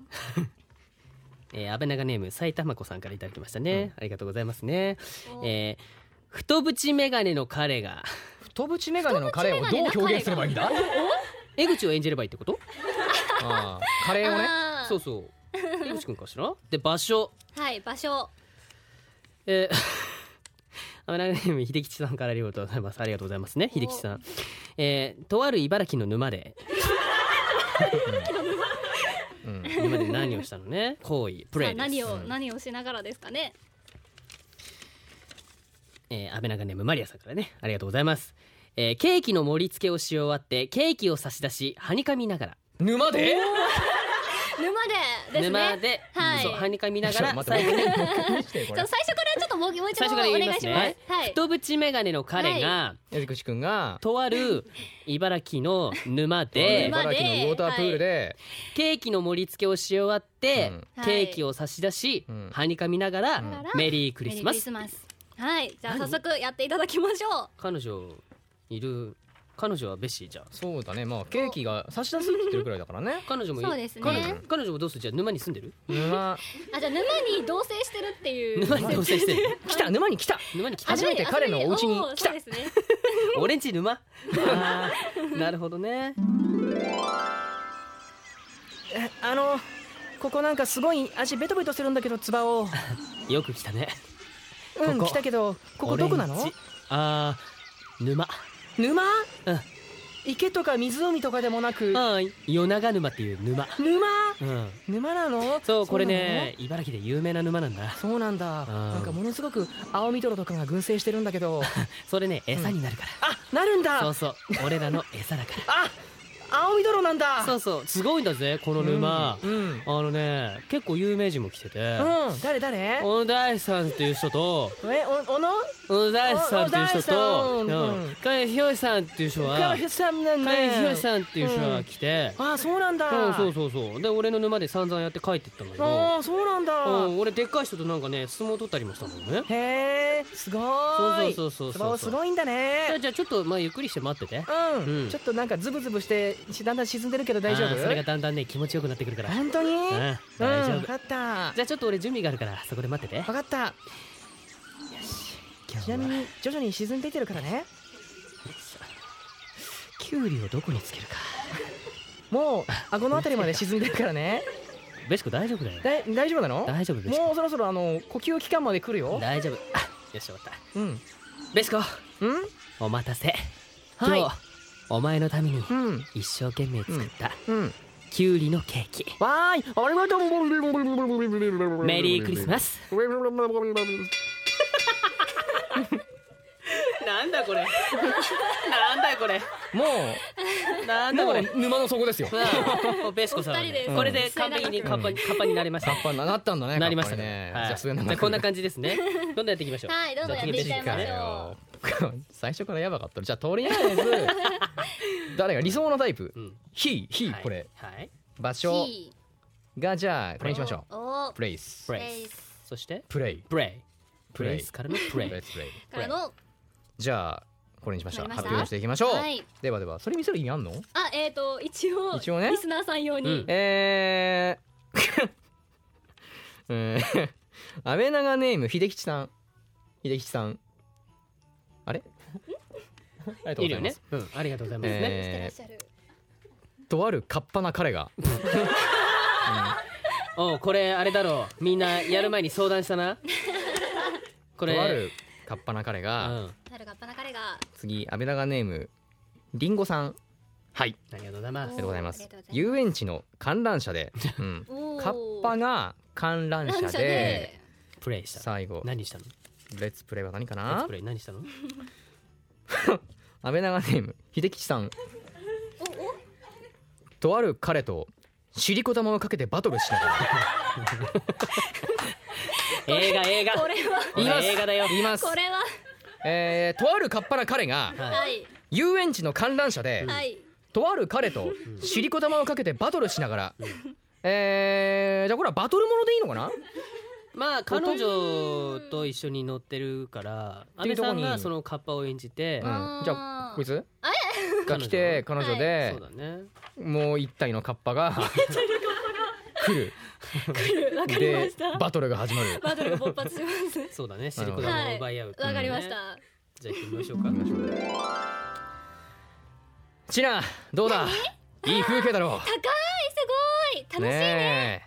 Speaker 1: えー、安倍長ネーム埼玉子さんからいただきましたね、ありがとうございますねえー、太縁メガネの彼が
Speaker 2: 太縁メガネのカレーをどう表現すればいいんだ
Speaker 1: 江口を演じればいいってこと
Speaker 2: あーカレーをね
Speaker 3: あー
Speaker 1: そうそう江口くんかしらで場所
Speaker 3: はい場所
Speaker 1: えー 安倍長ネーム秀吉さんからありがとうございますありがとうございますね秀吉さんえー、とある茨城の沼でうん沼で何をしたのね行為プレイ
Speaker 3: さ
Speaker 1: で
Speaker 3: あ
Speaker 1: す
Speaker 3: 何を何をしながらですかね
Speaker 1: えー、安倍長ネームマリアさんからねありがとうございます、えー、ケーキの盛り付けをし終わってケーキを差し出しはにかみながら
Speaker 2: 沼で
Speaker 3: 沼でですね
Speaker 1: 沼で、
Speaker 3: はい
Speaker 1: そうはにかみながら
Speaker 2: ちょっと待
Speaker 1: 最
Speaker 2: って
Speaker 1: 後に
Speaker 2: 待って
Speaker 3: ち
Speaker 2: こ
Speaker 3: ょ
Speaker 2: れ
Speaker 3: っと最初からちょっともうもう一
Speaker 1: 最
Speaker 3: 度
Speaker 1: 初か
Speaker 3: お
Speaker 1: ら
Speaker 3: 願
Speaker 1: 言い
Speaker 3: い
Speaker 1: ます
Speaker 3: し
Speaker 1: ね
Speaker 3: ますはい
Speaker 1: 太縁眼鏡の彼が、
Speaker 2: 矢口くんが
Speaker 1: とある茨城の 沼で
Speaker 3: 沼
Speaker 2: 茨城のウォータープールで、
Speaker 1: ケーキの盛り付けをし終わって、
Speaker 3: うん
Speaker 1: ケーキを差し出し、
Speaker 2: うん
Speaker 1: はにかみながら、
Speaker 3: ん
Speaker 1: メリーク
Speaker 3: メ
Speaker 1: リス
Speaker 3: リーク
Speaker 1: マ
Speaker 3: リ
Speaker 1: ス
Speaker 3: スマスはいじゃあ早速やっていただきましょ
Speaker 1: 彼女いる彼女はベッシーじゃん
Speaker 2: そうだねまあケーキが差し出すって言ってるくらいだから ね
Speaker 1: 彼女もいる
Speaker 3: そうですね
Speaker 1: 彼女彼女もどうするじゃあ沼に住んでる
Speaker 2: 沼
Speaker 3: うあじゃあ沼に同棲してるっていう
Speaker 1: 沼に同棲して る
Speaker 2: 来た沼に来た
Speaker 1: 沼に来た
Speaker 2: 初めて彼のお家に来た
Speaker 3: あそうですね
Speaker 1: 俺んち沼あーなるほどね
Speaker 2: あのここなんかすごい味ベトベトするんだけどつばを
Speaker 1: よく来たね
Speaker 2: うん
Speaker 1: ここ
Speaker 2: 来たけどここどこなの
Speaker 1: 俺んちあー沼
Speaker 2: 沼、
Speaker 1: うん
Speaker 2: 池とか湖とかでもなく
Speaker 1: はい夜長沼っていう沼
Speaker 2: 沼
Speaker 1: うん
Speaker 2: 沼なの
Speaker 1: そうこれ
Speaker 2: なの
Speaker 1: ね茨城で有名な沼なんだ
Speaker 2: そうなんだ
Speaker 1: ん
Speaker 2: なんかものすごく青みとろとかが群生してるんだけど
Speaker 1: それね餌になるか
Speaker 2: あなるん
Speaker 1: ら、
Speaker 2: だ
Speaker 1: そうそう俺らの餌だか
Speaker 2: あ青みとろなんだ
Speaker 1: らそうそうすごいんだぜこの沼、
Speaker 2: うん、うん
Speaker 1: あのね結構有名人も来てて、
Speaker 2: うん誰誰
Speaker 1: 小野大さんっていう人と
Speaker 2: えおおの
Speaker 1: 小野大さんっていう人と
Speaker 2: 小野大さんうん
Speaker 1: うん海ひよいさんっていう人は
Speaker 2: 彼女さんなんだ
Speaker 1: 海
Speaker 2: よ
Speaker 1: ひよいさんっていう人が来て、
Speaker 2: あそうなんだ
Speaker 1: うん、そうそうそうで俺の沼で散々やって帰ってったんだけど
Speaker 2: あそうなん
Speaker 1: う
Speaker 2: だ
Speaker 1: ん俺でっかい人となんかね相撲取ったりもしたもんね
Speaker 2: へえすごーい
Speaker 1: そうそうそうそうそう
Speaker 2: つばおすごいんだ
Speaker 1: じゃあ
Speaker 2: ね
Speaker 1: じゃあちょっとまあゆっくりして待ってて
Speaker 2: うん、
Speaker 1: うん
Speaker 2: ちょっとなんかズブズブしてだんだん沈んでるけど大丈
Speaker 1: あ
Speaker 2: 夫
Speaker 1: ーそれがだんだんね気持ちよくなってくるから
Speaker 2: 本当に
Speaker 1: うん
Speaker 2: うん
Speaker 1: 大丈夫
Speaker 2: 分かった
Speaker 1: じゃあちょっと俺準備があるからそこで待ってて
Speaker 2: 分かったちなみに徐々に沈んでいってるからね
Speaker 1: キュウリをどこにつけるか
Speaker 2: もう顎のあたりまで沈んでるか らね
Speaker 1: ベシコ大丈夫だよ
Speaker 2: だい大丈夫なの
Speaker 1: 大丈夫ベシ
Speaker 2: もうそろそろあの呼吸器官まで来る
Speaker 1: コ
Speaker 2: よ
Speaker 1: 大丈夫あよし終わった
Speaker 2: うん
Speaker 1: ベシコ
Speaker 2: うん
Speaker 1: お待たせ
Speaker 2: は
Speaker 1: 今
Speaker 2: い
Speaker 1: 日お前のために
Speaker 2: うん
Speaker 1: 一生懸命作った
Speaker 2: うん
Speaker 1: キュウリのケーキ
Speaker 2: わーいありがとう
Speaker 1: メリークリスマスなんだこれなんだこれ
Speaker 2: も
Speaker 1: なん
Speaker 2: う
Speaker 1: だ
Speaker 2: も
Speaker 1: これ
Speaker 2: う沼の底ですよ
Speaker 1: なあベシコさんはね
Speaker 3: お二人で
Speaker 1: これで完璧にカッパにカッパになりました
Speaker 2: カッパになったんだね
Speaker 1: なりまし
Speaker 2: カ
Speaker 1: た
Speaker 2: ッパに
Speaker 1: ね
Speaker 2: ね。
Speaker 1: はい
Speaker 2: じゃあそれな
Speaker 1: じゃあこんな感じです ね。どんどんやっていきましょう。
Speaker 3: はいどんどんやっていっちゃいましょ
Speaker 2: ょう最初からやばかったじゃあとりあえず 誰が理想のタイプ
Speaker 1: うん
Speaker 2: 「ひ」「ひ」これ。
Speaker 1: はい。
Speaker 2: 場
Speaker 3: う
Speaker 2: 所
Speaker 3: C
Speaker 2: がじゃあこれにしましょう
Speaker 3: おー
Speaker 2: プレイス
Speaker 1: プ
Speaker 3: プ
Speaker 1: レ
Speaker 3: レ
Speaker 1: イ
Speaker 3: イ
Speaker 1: ス。
Speaker 3: ス
Speaker 1: そして
Speaker 2: プレイ
Speaker 1: プレイ。プ
Speaker 2: プ
Speaker 1: レ
Speaker 2: レ
Speaker 1: イ
Speaker 2: イ
Speaker 1: スからのプ
Speaker 2: プレ
Speaker 1: レ
Speaker 2: イプレイ
Speaker 3: からの
Speaker 2: じゃあこれにしましょう
Speaker 3: わかりました
Speaker 2: 発表していきましょう
Speaker 3: はい
Speaker 2: ではではそれ見せる意味あんの
Speaker 3: あえーと一応
Speaker 2: 一応ね
Speaker 3: リスナーさん用
Speaker 1: う
Speaker 3: に
Speaker 1: ん
Speaker 2: えー えー、アメ長ネーム秀吉さん秀吉さんあれありがと
Speaker 1: イ。
Speaker 2: う
Speaker 1: い
Speaker 2: ご
Speaker 1: るよ
Speaker 2: ざいま
Speaker 1: ね
Speaker 2: す。
Speaker 1: うん。ありがとうございますね。
Speaker 3: してらっ
Speaker 2: え
Speaker 3: しゃる
Speaker 2: ーとあるカッパな彼が
Speaker 1: おうこれあれだろう。みんなやる前に相談した な。これ。
Speaker 2: とあるカッパな彼
Speaker 1: う
Speaker 2: が、
Speaker 1: ん。
Speaker 3: なるかっぱな彼が
Speaker 2: 次アメ長ネームりんごさんはい
Speaker 1: ありがとうございま
Speaker 2: あ
Speaker 1: す
Speaker 2: りが。とうございま
Speaker 3: あ
Speaker 2: す
Speaker 3: りがとうございます
Speaker 2: 遊園地の観覧車で、 うん、
Speaker 3: おー
Speaker 2: カッパが観覧車
Speaker 3: 感謝
Speaker 2: で
Speaker 3: で
Speaker 1: プレイした。
Speaker 2: 最後
Speaker 1: 何したの？
Speaker 2: レッツプレイは何か
Speaker 1: レッツ
Speaker 2: な
Speaker 1: プレイ何したの？
Speaker 2: 安倍長ネーム秀吉さんとある彼とシリコ玉をかけてバトルしながら
Speaker 1: 映画映画
Speaker 3: これは
Speaker 1: これ映画だよ
Speaker 2: 言います
Speaker 3: これは
Speaker 2: えーとあるカッパな彼が
Speaker 1: は
Speaker 3: はいい
Speaker 2: 遊園地の観覧車で、
Speaker 3: はい
Speaker 2: とある彼とシリコ玉をかけてバトルしながら、えー、じゃあこれはバトルものでいいのかな
Speaker 1: まあ彼女と一緒に乗ってるから
Speaker 2: っ
Speaker 1: 阿
Speaker 2: ていう
Speaker 1: 部
Speaker 2: とこ
Speaker 1: さ
Speaker 2: に
Speaker 1: んがそのカッパを演じて、
Speaker 3: あ
Speaker 2: うん、
Speaker 3: ー
Speaker 2: じゃあこいつが来て彼女
Speaker 1: そ
Speaker 2: で
Speaker 1: う、だね
Speaker 2: もう一体のカッパが来る
Speaker 3: 来るわかりま
Speaker 2: で
Speaker 3: した
Speaker 2: バトルが始まる
Speaker 3: バトルが勃発します
Speaker 1: そうだねシリコ玉を奪い合うっていうね、
Speaker 3: わかりました
Speaker 1: じゃあ行ってみましょうか
Speaker 2: チナどうだいい風景だろ
Speaker 3: 高いすごい楽しい
Speaker 2: う
Speaker 3: ね
Speaker 2: ね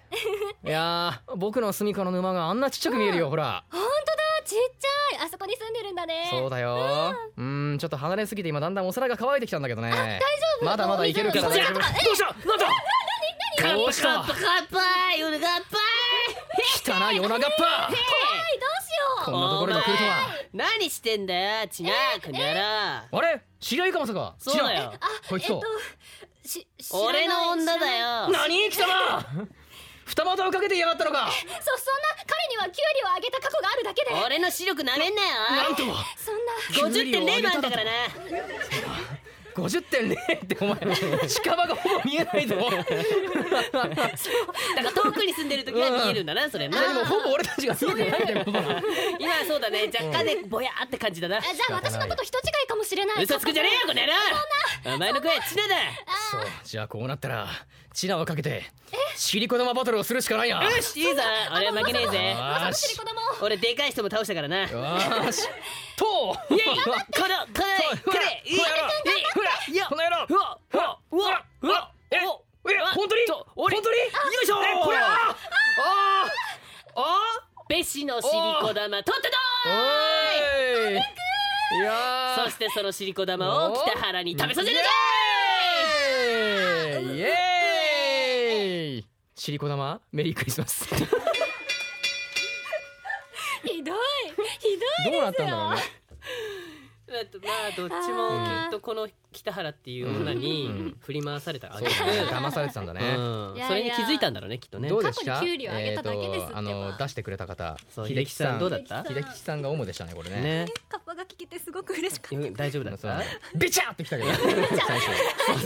Speaker 2: えいやー僕の住処の沼があんなちっちゃく見えるよほら
Speaker 3: 本当だちっちゃいあそこに住んでるんだね
Speaker 2: そうだようーんちょっと離れすぎて今だんだんお皿が乾いてきたんだけどね大丈
Speaker 3: 夫
Speaker 2: まだまだいけるから
Speaker 3: お水
Speaker 2: 大
Speaker 3: が
Speaker 2: 丈夫
Speaker 1: どうしたなんだ
Speaker 2: どうした
Speaker 3: カッパー夜カッパ
Speaker 2: 来たな夜長っぱ
Speaker 3: ー
Speaker 2: こん
Speaker 3: どうしよう
Speaker 2: なところに来るとは
Speaker 1: 何してんだよちなくなら
Speaker 2: あれ知り合いかまさか
Speaker 1: そうだよ
Speaker 2: チナこいつと
Speaker 3: し知らない
Speaker 1: 俺の女だ
Speaker 3: 知らない
Speaker 1: よ
Speaker 2: 何貴様二股をかけてやがったのか
Speaker 3: そそんな彼には給料を上げた過去があるだけで
Speaker 1: 俺の視力なめんなよ
Speaker 2: なんと
Speaker 3: そんな
Speaker 1: 50.0番だからな
Speaker 2: 50.0ってお前近場がほぼ見えないぞ
Speaker 1: だから遠くに住んでる時は見えるんだなそれな
Speaker 2: でもほぼ俺たちが見えてないみたいなことだな
Speaker 1: 今はそうだね若干でぼやーって感じだな
Speaker 3: あじゃあ私のこと人違いかもしれない
Speaker 1: 嘘つくじゃねえよこの野郎お前の声チナだ
Speaker 2: そうじゃあこうなったらチナをかけてシリコ玉バトルをするしかないなよ
Speaker 1: よしいいぞ俺は負けねえぜ
Speaker 2: ー
Speaker 3: 私
Speaker 2: し
Speaker 3: の子供
Speaker 1: 俺でかい人も倒したからなイエイ
Speaker 2: よーしとう
Speaker 1: このこの
Speaker 2: ほ
Speaker 1: く
Speaker 2: ら
Speaker 1: れ
Speaker 2: ほらほら
Speaker 1: いや
Speaker 2: この野郎
Speaker 1: うわうわうわうわ
Speaker 2: ええ本当に
Speaker 1: と俺
Speaker 2: 本当に
Speaker 1: よいしょ
Speaker 2: えこれはあーあ
Speaker 1: べしのシリコ玉取って
Speaker 2: ー
Speaker 1: ど
Speaker 2: おーいいや
Speaker 1: ー
Speaker 2: ー
Speaker 1: そしてそのシリコ玉を北原に食べさせるぞ
Speaker 2: イエーイイエーイシリコ玉メリークリスマスど
Speaker 3: ひどい
Speaker 2: うなったんだろうね
Speaker 1: えっとまあどっちもきっとこの北原っていう女に振り回されたわけです
Speaker 2: 騙されてたんだね
Speaker 1: うん
Speaker 3: いやいや
Speaker 1: それに気づいたんだろうねきっとね
Speaker 2: どうでした
Speaker 3: 過去に給料上げただけですってば
Speaker 2: あの出してくれた方
Speaker 1: そう秀樹さんどうだった
Speaker 2: 秀樹さんが主でしたねこれね
Speaker 1: ね
Speaker 3: カッパが聞けてすごく嬉しか
Speaker 1: うん大丈夫だっ
Speaker 2: そう
Speaker 1: た
Speaker 2: ビチャーってきたけど最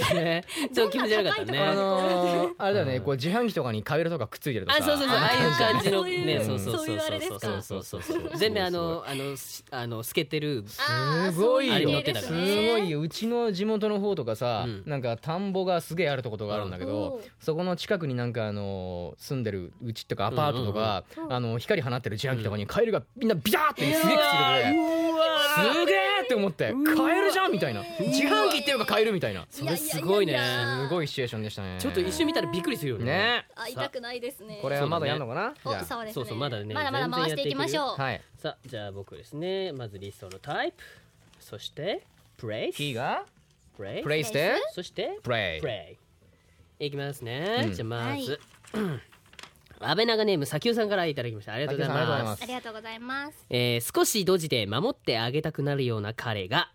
Speaker 2: 初
Speaker 1: ねちょっと気持ち悪かったね
Speaker 2: あのーあれだよ
Speaker 1: う
Speaker 2: ね
Speaker 1: ん
Speaker 2: こう自販機とかにカエルとかくっついてると
Speaker 1: あ
Speaker 2: さ
Speaker 1: そうそうそうああいう感じのね
Speaker 2: そ
Speaker 1: そううそうそう
Speaker 2: いう
Speaker 3: そういうあれですか
Speaker 1: そうそうそうそう全部あのあのしあの透けてる
Speaker 3: あー
Speaker 2: すごい
Speaker 1: あれに乗っ
Speaker 2: よ
Speaker 1: てた
Speaker 2: す
Speaker 1: から
Speaker 2: ごいうちの地元の方とかさ、
Speaker 1: うん
Speaker 2: なんか田んぼがすげえあるとことがあるんだけど、
Speaker 3: うん
Speaker 2: そこの近くになんかあの住んでるうちとかアパートとか、あの光放ってる自販機とかにカエルがみんなビャーってすげえくっついててすげえって思ってカエルじゃんみたいな自販機っていうかカエルみたいな
Speaker 1: それすごいね
Speaker 2: すごいシチュエーションでしたね
Speaker 1: ちょっと一瞬見たらびっくりするよ
Speaker 2: ね
Speaker 3: あ痛くないですね
Speaker 2: これはまだやんのかな、
Speaker 3: お
Speaker 2: じゃ
Speaker 3: そうですね
Speaker 1: そうそうまだね
Speaker 3: まだまだ回していきましょう
Speaker 2: あはい
Speaker 1: さあじゃあ僕ですねまず理想のタイプそしてプレイス
Speaker 2: P が
Speaker 1: プレイ
Speaker 2: プレイして
Speaker 1: そして
Speaker 2: プレイ
Speaker 1: プレイいきますね、
Speaker 2: うん
Speaker 1: じゃあまず、 安倍長ネームさきおさんからいただきましたありがとうござい
Speaker 2: さきおさんありがとうござい
Speaker 1: ま
Speaker 2: ますす
Speaker 3: ありがとうございます
Speaker 1: えー少しドジで守ってあげたくなるような彼が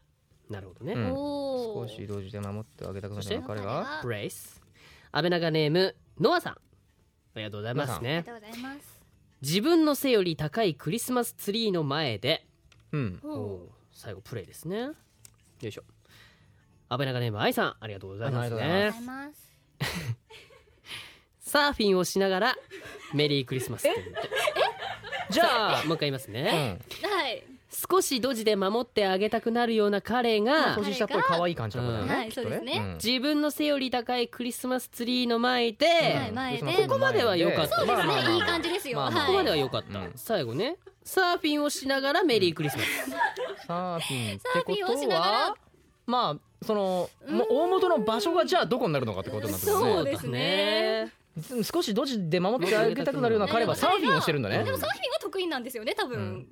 Speaker 1: なるほどね、
Speaker 2: うん
Speaker 3: お
Speaker 2: 少
Speaker 3: お
Speaker 2: し同時で守ってあげたくな
Speaker 1: そして
Speaker 2: る彼が
Speaker 1: ブレイス安倍長ネームノアさんありがとうございます
Speaker 3: あり
Speaker 1: ね
Speaker 3: がとうございます
Speaker 1: 自分の背より高いクリスマスツリーの前で
Speaker 2: うん
Speaker 3: お
Speaker 1: お
Speaker 3: お
Speaker 1: う最後プレイですねよいしょ安倍長ネーム愛さんありがとうございます
Speaker 2: ありがとうござ
Speaker 3: ーありが
Speaker 1: ね
Speaker 3: とうございます
Speaker 1: サーフィンをしながらメリークリスマスって言ってじゃあもう一回言います
Speaker 2: う
Speaker 1: ね、
Speaker 2: ん
Speaker 3: はい
Speaker 1: 少しドジで守ってあげたくなるような彼が
Speaker 2: 年下っぽい可愛い感じの子だよね、
Speaker 3: はい
Speaker 2: きっと
Speaker 3: そうですね
Speaker 2: ん
Speaker 1: 自分の背より高いクリスマスツリーの前で、
Speaker 3: はい前で
Speaker 2: クリスマス
Speaker 1: ここまでは良かった
Speaker 3: そうです
Speaker 2: ま
Speaker 3: ね、
Speaker 2: あまあまあ
Speaker 3: いい感じですよ、
Speaker 2: まあまあ
Speaker 1: ここまで
Speaker 3: はい
Speaker 1: は良かった、
Speaker 2: うん
Speaker 1: 最後ねサーフィンをしながらメリークリスマス、
Speaker 2: サーフィンってこ
Speaker 3: サーフィンをし
Speaker 2: と
Speaker 3: ながら
Speaker 2: はまあそのもう大元の場所がじゃあどこになるのかってことになってます
Speaker 3: そう
Speaker 2: ね
Speaker 3: ですね
Speaker 2: うん少しドジで守ってあげたくなるような彼はサーフィンをしてるんだね
Speaker 3: でもサーフィンが得意なんですよね多分、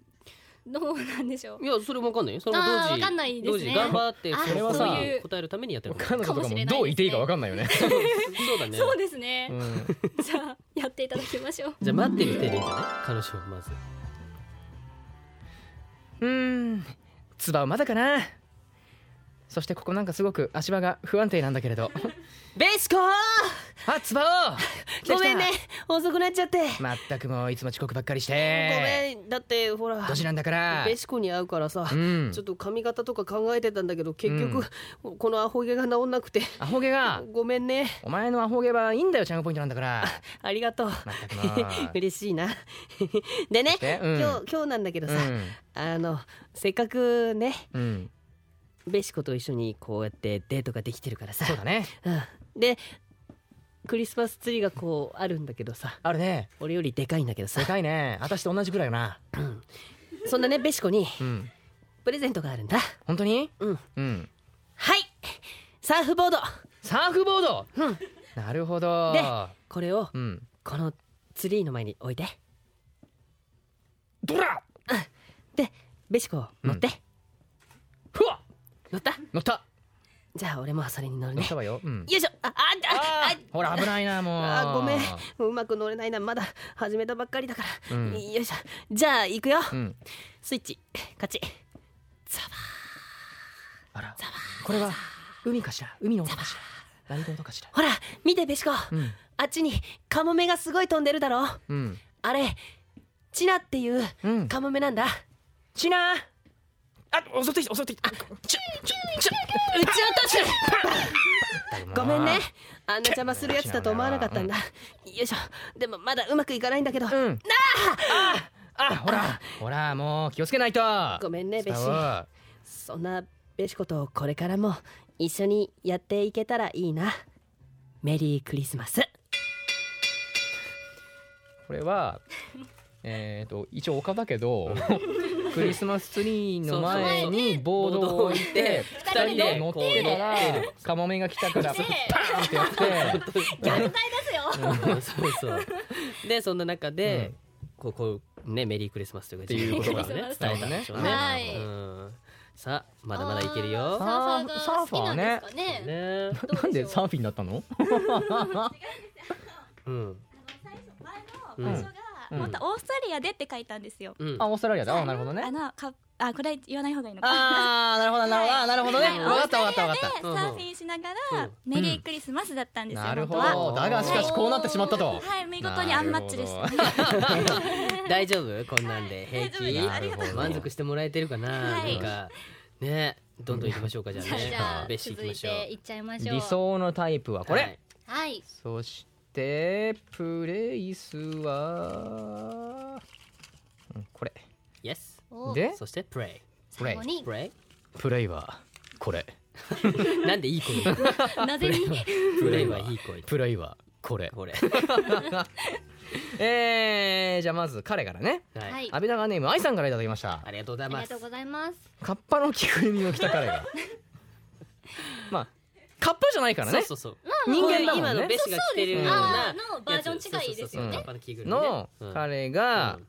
Speaker 3: どうなんでしょう
Speaker 1: いやそれもわかんないよそれも
Speaker 3: あー
Speaker 1: 同
Speaker 3: わ
Speaker 1: 時
Speaker 3: かんないですね
Speaker 1: 同時頑張って
Speaker 3: あー
Speaker 1: それは
Speaker 2: そ
Speaker 1: さ
Speaker 2: う
Speaker 3: いう
Speaker 1: 答えるためにやってるから
Speaker 2: 彼女と
Speaker 3: か
Speaker 2: か
Speaker 3: もし
Speaker 2: も
Speaker 3: れないですね
Speaker 2: どういていいかわかんないよね
Speaker 1: そうだね
Speaker 3: そうですね
Speaker 2: う、ん
Speaker 3: じゃあやっていただきましょう
Speaker 1: じゃあ待ってる手でいいんじゃない彼女はまず
Speaker 2: うーん、つばはまだかな。そしてここなんかすごく足場が不安定なんだけれ ど
Speaker 1: ベースコー
Speaker 2: あつばお
Speaker 1: ごめんね遅くなっちゃって
Speaker 2: まったくもういつも遅刻ばっかりし
Speaker 1: ご
Speaker 2: て
Speaker 1: めんだってほら
Speaker 2: 年なんだから
Speaker 1: ベースコーに会うからさ
Speaker 2: うん
Speaker 1: ちょっと髪型とか考えてたんだけど結局このアホ毛が治んなくて
Speaker 2: アホ毛が
Speaker 1: ごめんね
Speaker 2: お前のアホ毛はいいんだよチャンネルポイントなんだから
Speaker 1: ありがとう
Speaker 2: まったくもう
Speaker 1: 嬉しいなでね
Speaker 2: でうん
Speaker 1: 今日今日なんだけどさあのせっかくね
Speaker 2: うん、うん、
Speaker 1: ベシコと一緒にこうやってデートができてるからさ
Speaker 2: そうだね
Speaker 1: うんでクリスマスツリーがこうあるんだけどさ
Speaker 2: あるね
Speaker 1: 俺よりでかいんだけどさ
Speaker 2: でかいね私と同じくらいよな
Speaker 1: そんなねベシコに
Speaker 2: うん
Speaker 1: プレゼントがあるんだ
Speaker 2: 本当に
Speaker 1: うん
Speaker 2: うん
Speaker 1: はいサーフボード
Speaker 2: サーフボード、
Speaker 1: うん
Speaker 2: なるほど
Speaker 1: でこれを
Speaker 2: うん
Speaker 1: このツリーの前に置いて
Speaker 2: ドラ
Speaker 1: でベシコ乗って、
Speaker 2: ふわ
Speaker 1: 乗った
Speaker 2: 乗った
Speaker 1: じゃあ俺もそれに乗る
Speaker 2: 乗
Speaker 1: ね
Speaker 2: ったわよ、うん、
Speaker 1: よいしょああああ
Speaker 2: あ
Speaker 1: あ
Speaker 2: ーほら危ないなもう
Speaker 1: あごめんうまく乗れないなまだ始めたばっかりだから、
Speaker 2: うん
Speaker 1: よいしょじゃあ行くよ、
Speaker 2: うん
Speaker 1: スイッチ勝ち
Speaker 2: あらこれは海かしら海の音かしら何の音かしら
Speaker 1: ほら見てベシコ、
Speaker 2: うん
Speaker 1: あっちにカモメがすごい飛んでるだろ
Speaker 2: うん
Speaker 1: あれチナっていう
Speaker 2: うん
Speaker 1: カモメなんだ、
Speaker 2: ちなあ襲ってきた襲ってきたちちち
Speaker 1: うち落とすごめんね
Speaker 2: も
Speaker 1: あんな邪魔するやつだと思わなかったんだ、よいしょでもまだうまくいかないんだけど、
Speaker 2: ううんああほらほらもう気をつけないと
Speaker 1: ごめんねベシ
Speaker 2: スターを
Speaker 1: そんなベシコとこれからも一緒にやっていけたらいいなメリークリスマス
Speaker 7: これはえー、と一応丘だけ どクリスマスツリーの前にボードを置いて
Speaker 3: そう
Speaker 7: 2人で乗ってたらカモメが来たからパーンってやって
Speaker 3: 虐待ですよ
Speaker 8: そうそう
Speaker 1: でそんな中で、
Speaker 8: こうこうねメリークリスマスというか
Speaker 7: っていうことが
Speaker 8: 自分のこと
Speaker 7: 伝
Speaker 8: がね伝えた
Speaker 7: えた
Speaker 8: んで
Speaker 7: ね
Speaker 8: しょうね、
Speaker 3: はい
Speaker 8: うんさあまだまだいけるよ
Speaker 3: サ
Speaker 8: ね
Speaker 3: ーファーが好きなんですかね
Speaker 8: え
Speaker 3: ど
Speaker 7: なん
Speaker 3: うで
Speaker 7: で
Speaker 3: しょ
Speaker 7: サ
Speaker 3: う
Speaker 7: ーフィンだったの
Speaker 8: うん
Speaker 9: 前の場所
Speaker 7: うん
Speaker 9: が本当はオーストラリアでって書いたんですよ。
Speaker 8: うん
Speaker 7: あオーストラリアだあなるほど
Speaker 9: あ
Speaker 7: ね
Speaker 9: のかあこれ言わない方がいいのか。
Speaker 2: あーなるほどなるほどあーなるほどねわかったわかったわかった
Speaker 9: でサーフィンしながらメリークリスマスだったんですよ。
Speaker 7: なるほ
Speaker 9: 本当は
Speaker 7: どだがしかしこうなってしまったと
Speaker 9: はい見事にアンマッチでしたね。
Speaker 8: 大丈夫こんなんで平気
Speaker 9: 大丈夫ですありがとうございます
Speaker 8: 満足してもらえてるかな、
Speaker 9: はい
Speaker 8: なんかねどんどん行きましょうかじゃあ
Speaker 3: さあ
Speaker 8: ね
Speaker 3: じゃあ
Speaker 8: ベッシー行
Speaker 3: 続
Speaker 8: きま
Speaker 3: い
Speaker 8: しょう
Speaker 3: ていっちゃいましょう
Speaker 7: 理想のタイプはこれ、
Speaker 8: はい
Speaker 3: はい
Speaker 7: そしてプレイスはうんこれ
Speaker 8: Yes
Speaker 3: お
Speaker 7: で
Speaker 8: そして Pray
Speaker 3: 最後に
Speaker 8: Pray
Speaker 7: プレイはこれ
Speaker 8: なんでいい子に
Speaker 3: なぜに
Speaker 8: プレイはいい子
Speaker 7: プレイはこれ
Speaker 8: これ
Speaker 2: えー、じゃあまず彼からね
Speaker 8: はい、
Speaker 3: はい
Speaker 2: 阿部長ネーム愛さんからいただきました
Speaker 8: ありがとうござ
Speaker 3: あ
Speaker 8: い
Speaker 3: り
Speaker 8: ま
Speaker 3: が
Speaker 8: す
Speaker 3: とうございます
Speaker 2: カッパの着ぐるみを着た 彼がまあカッパじゃないからね
Speaker 8: そうそうそう
Speaker 2: 人間だもんね
Speaker 8: 今のベッシーが着てるような
Speaker 3: そうそうですあーのバージョン違いです
Speaker 8: そうそう
Speaker 3: よね
Speaker 8: そうカッパの着ぐるみね
Speaker 2: の
Speaker 8: うん
Speaker 2: 彼が、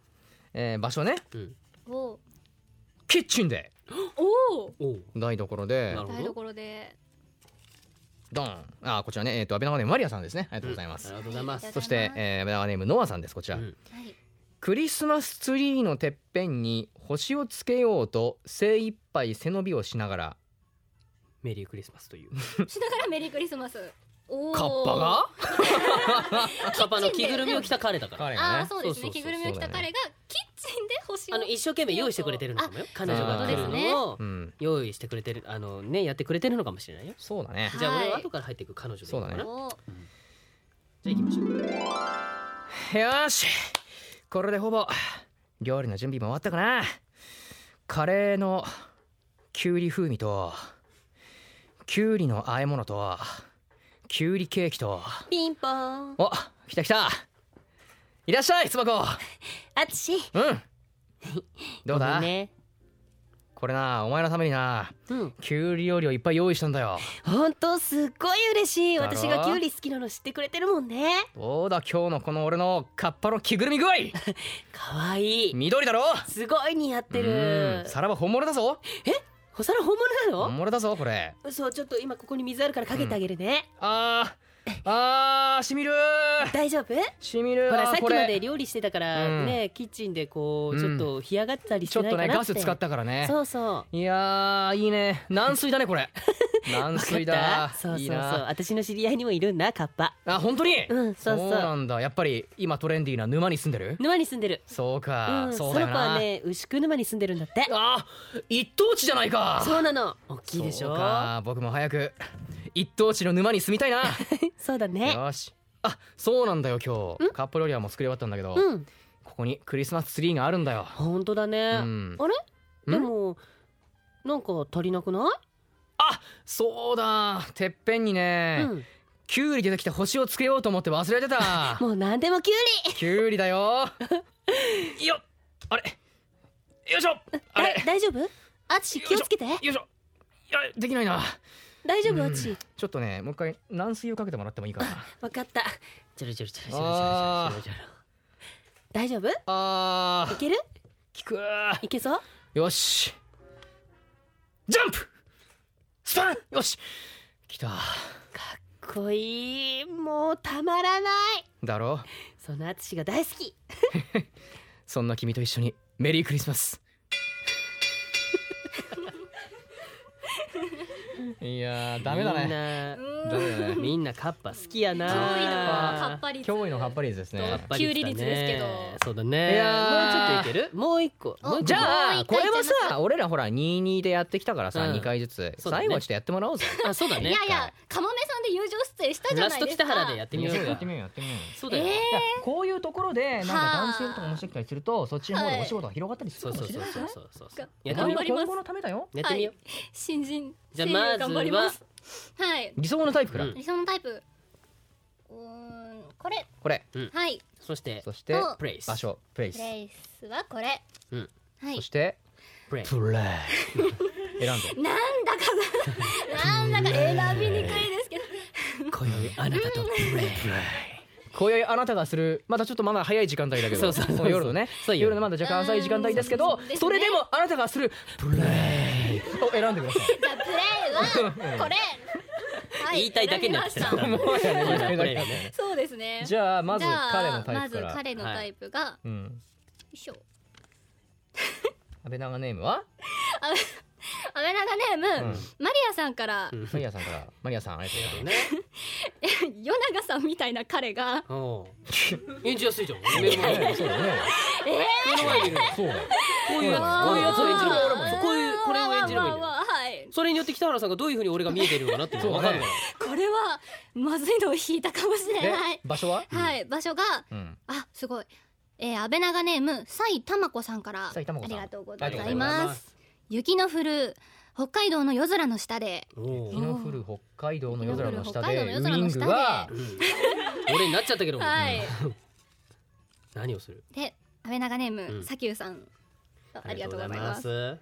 Speaker 2: えー場所ね
Speaker 8: うん
Speaker 3: お
Speaker 2: キッチンで
Speaker 3: お
Speaker 8: おう
Speaker 2: 台所
Speaker 8: な
Speaker 2: で
Speaker 8: るほど
Speaker 3: 台所で
Speaker 2: ドンあーこちらねえっ、と安倍長ネームマリアさんですねありがとうございま
Speaker 8: あ
Speaker 2: す、
Speaker 8: りがとうございます
Speaker 2: そして、えー、安倍長ネームノアさんですこちら、
Speaker 8: うん
Speaker 3: はい
Speaker 2: クリスマスツリーのてっぺんに星をつけようと精一杯背伸びをしながら
Speaker 8: メリークリスマスという
Speaker 3: しながらメリークリスマスおー
Speaker 2: カッパが
Speaker 8: パパの着ぐるみを着た彼だから
Speaker 2: 彼が
Speaker 3: あ
Speaker 2: ね
Speaker 3: あそうです
Speaker 8: そうそうそう
Speaker 3: ね着ぐるみを着た彼がキッチンで星を
Speaker 8: あの一生懸命用意してくれてるのかもよ彼女が来る
Speaker 3: そういう
Speaker 8: のを
Speaker 2: うん
Speaker 8: 用意してくれてるあのねやってくれてるのかもしれないよ
Speaker 2: そうだね
Speaker 8: じゃあ
Speaker 3: はい
Speaker 8: 俺は後から入っていく彼女でいいのかな
Speaker 2: そうだ
Speaker 8: じゃ
Speaker 3: お
Speaker 8: あ行きましょう
Speaker 2: よしこれでほぼ料理の準備も終わったかなカレーのきゅうり風味ときゅうりの和え物ときゅうりケーキと
Speaker 1: ピンポーン
Speaker 2: お来た来たいらっしゃいつばこ
Speaker 1: あつし
Speaker 2: うん
Speaker 1: ご
Speaker 2: どう
Speaker 1: め
Speaker 2: だ、
Speaker 1: んね
Speaker 2: これなお前のためにな
Speaker 1: うん
Speaker 2: きゅうり料理をいっぱい用意したんだよ
Speaker 1: 本当すっごい嬉しい
Speaker 2: だろ
Speaker 1: 私がキュウリ好きなの知ってくれてるもんね
Speaker 2: どうだ今日のこの俺のカッパの着ぐるみ具合
Speaker 1: 可愛い
Speaker 2: 緑だろ
Speaker 1: すごい似合って
Speaker 2: うん
Speaker 1: る
Speaker 2: 皿は本物だぞ
Speaker 1: お皿本物なの
Speaker 2: 本物だぞこれ
Speaker 1: そうちょっと今ここに水あるからかけてあげるね、
Speaker 2: あーあーしみる
Speaker 1: 大丈夫
Speaker 2: しみる
Speaker 1: ほら
Speaker 2: あー
Speaker 1: さっき
Speaker 2: こ
Speaker 1: ま
Speaker 2: れ
Speaker 1: で料理してたから、
Speaker 2: うん
Speaker 1: ねキッチンでこ
Speaker 2: う
Speaker 1: うんちょっと干上がったりし
Speaker 2: ちょ
Speaker 1: て
Speaker 2: っ
Speaker 1: ない
Speaker 2: と
Speaker 1: かなっ
Speaker 2: ね
Speaker 1: て、
Speaker 2: ガス使ったからね
Speaker 1: そうそう
Speaker 2: いやーいいね軟水 だねこれ軟水
Speaker 1: わかっ
Speaker 2: だ
Speaker 1: たそうそうそう
Speaker 2: いいな
Speaker 1: 私の知り合いにもいるんだカッパ
Speaker 2: あ本当に
Speaker 1: うんそうそう
Speaker 2: なんだやっぱり今トレンディーな沼に住んでる
Speaker 1: 沼に住んでる
Speaker 2: そうか、
Speaker 1: うん
Speaker 2: そうだよ
Speaker 1: その子
Speaker 2: な
Speaker 1: はね牛久沼に住んでるんだって
Speaker 2: あ一等地じゃないか
Speaker 1: そうなの大きいでし
Speaker 2: そ
Speaker 1: ょ
Speaker 2: うか僕も早く一等地の沼に住みたいな
Speaker 1: そうだ ね
Speaker 2: よしあそうなんだよ今日カップ料理はもう作り終わったんだけど、
Speaker 1: うん
Speaker 2: ここにクリスマスツリーがあるんだよ
Speaker 1: 本当だね、
Speaker 2: うん
Speaker 1: あれでもなんか足りなくな
Speaker 2: そうだてっぺんに
Speaker 1: い、
Speaker 2: ね、
Speaker 1: うん、
Speaker 2: キュウリ出てきた星をつけようと思って忘れてた
Speaker 1: もう何でもキュウリ
Speaker 2: キュウリだ よよっあれよいしょあれ
Speaker 1: だ大丈夫あつし気をつけて
Speaker 2: よいしょいやできないな
Speaker 1: 大丈夫
Speaker 2: うん
Speaker 1: あつし
Speaker 2: ちょっとねもう一回軟水をかけてもらってもいいかな
Speaker 1: わかったちょろちょろちょろちょろちょろ
Speaker 2: あー
Speaker 1: ちょろちょろ大丈夫い
Speaker 2: あー
Speaker 1: ける
Speaker 2: 効く
Speaker 1: いけそう
Speaker 2: よしジャンプスパンよし来た
Speaker 1: かっこいいもうたまらない
Speaker 2: だろ
Speaker 1: そのあつしが大好き
Speaker 2: そんな君と一緒にメリークリス マスいやーダメだね
Speaker 1: ね
Speaker 2: ダメだね
Speaker 1: みんなカッパ好きやな
Speaker 2: 脅威の
Speaker 3: カッパ率
Speaker 2: 脅威の葉っぱりですね
Speaker 1: パ
Speaker 3: キュウリ率ですけど
Speaker 1: そうだね
Speaker 2: いやー
Speaker 1: もうちょっといけるもう一個もう一個
Speaker 2: じ
Speaker 3: も
Speaker 2: ゃ
Speaker 3: う
Speaker 2: あ
Speaker 3: 一
Speaker 2: こ
Speaker 3: 回
Speaker 2: れはさ俺らほら22でやってきたからさ、
Speaker 1: うん
Speaker 2: 二2回ずつ、
Speaker 1: そうだね
Speaker 2: 最後はちょっとやってもらおうぜ
Speaker 1: あそうだ
Speaker 3: い
Speaker 1: ね
Speaker 3: やいやカモメさんで友情出演したじゃ
Speaker 1: ラ
Speaker 3: な
Speaker 1: ス
Speaker 3: い
Speaker 1: ト
Speaker 3: ですか
Speaker 1: 北原でやってみよう
Speaker 2: や
Speaker 1: か
Speaker 2: ってみようやってみよう
Speaker 1: そうだよ
Speaker 3: え
Speaker 2: いやこういうところでなんか
Speaker 3: はあ
Speaker 2: 男性とかもしてきたりするとそっちの方でお仕事が広がったりす
Speaker 1: そ
Speaker 2: る
Speaker 1: う
Speaker 2: か
Speaker 1: そ
Speaker 2: も
Speaker 1: う
Speaker 2: し
Speaker 1: そう
Speaker 2: れない
Speaker 1: そうそうそうやって
Speaker 3: 頑
Speaker 1: みよ
Speaker 3: 張ります
Speaker 2: 今後のためだよ
Speaker 1: うやってみよう
Speaker 3: ー新人
Speaker 1: じゃあ
Speaker 3: 声優頑張りま
Speaker 1: ますず
Speaker 3: はい
Speaker 2: 理想のタイプから、
Speaker 1: うん
Speaker 3: 理想のタイプうーんこれ
Speaker 2: これ
Speaker 3: はい
Speaker 1: そして
Speaker 2: そして
Speaker 3: お
Speaker 1: プレイス
Speaker 2: 場所プレイス
Speaker 3: プレイスはこれ、
Speaker 1: うん
Speaker 3: はい
Speaker 2: そして
Speaker 1: プレイ
Speaker 2: プレイ選んで
Speaker 3: なんだか ななんだか選びにくいですけど
Speaker 1: 今宵あなたとプレイ
Speaker 2: 今宵あなたがするまだちょっとまだ早い時間帯だけど
Speaker 1: そうそうそうそう
Speaker 2: 夜のね
Speaker 1: そう夜
Speaker 2: 夜のまだ若干浅い時間帯ですけど
Speaker 3: うんですね
Speaker 2: それでもあなたがするプレイを選んでくださ
Speaker 3: じゃあプレイはこれ、は
Speaker 1: 言いたいだけになってきた
Speaker 3: 選 びまし
Speaker 2: いそうやね
Speaker 1: これ
Speaker 2: やね
Speaker 3: たそうですね
Speaker 2: じゃあまず
Speaker 3: じゃあ
Speaker 2: 彼のタイプから
Speaker 3: まず彼のタイプが、よ
Speaker 2: うん
Speaker 3: いしょ
Speaker 2: 安倍長ネームは
Speaker 3: アメラガネーム、
Speaker 2: うん
Speaker 3: マリアさんから、
Speaker 2: マリアさんからマリアさんありがとうございます
Speaker 1: ね
Speaker 3: ヨナガさんみたいな彼が
Speaker 1: お演じやすいじゃん
Speaker 2: そうだね。そうだよ。
Speaker 1: こういうやつ
Speaker 3: あー
Speaker 1: こういうやつを演じればいいんだよ
Speaker 3: あー
Speaker 1: こういうこれを演じればいいんだよ
Speaker 3: わあわあわあはい
Speaker 1: それによって北原さんがどういうふうに俺が見えてるのかなっていうのが分かるから
Speaker 3: これはまずいのを引いたかもしれ
Speaker 2: で
Speaker 3: ない、
Speaker 2: 場所は？
Speaker 3: はい場所が
Speaker 2: うん。
Speaker 3: あすごいえー、安倍長ネームさいたまこさんから
Speaker 2: さいたまこさん
Speaker 3: ありがとうござ
Speaker 2: ありがと
Speaker 3: いう
Speaker 2: ござ
Speaker 3: ます雪の降る北海道の夜空の下で
Speaker 1: おー
Speaker 2: 雪の降る北海道の夜空の下
Speaker 3: 雪
Speaker 2: でウ
Speaker 3: の降る北海道の
Speaker 2: イ
Speaker 3: 夜
Speaker 2: ン
Speaker 3: 空の下
Speaker 2: グ
Speaker 3: で
Speaker 2: は
Speaker 1: うん俺になっちゃったけども
Speaker 3: はい
Speaker 1: 何をする
Speaker 3: で安倍長ネー
Speaker 1: う
Speaker 3: ム
Speaker 1: ん
Speaker 3: さきゅうさんあありがとうございます
Speaker 1: あ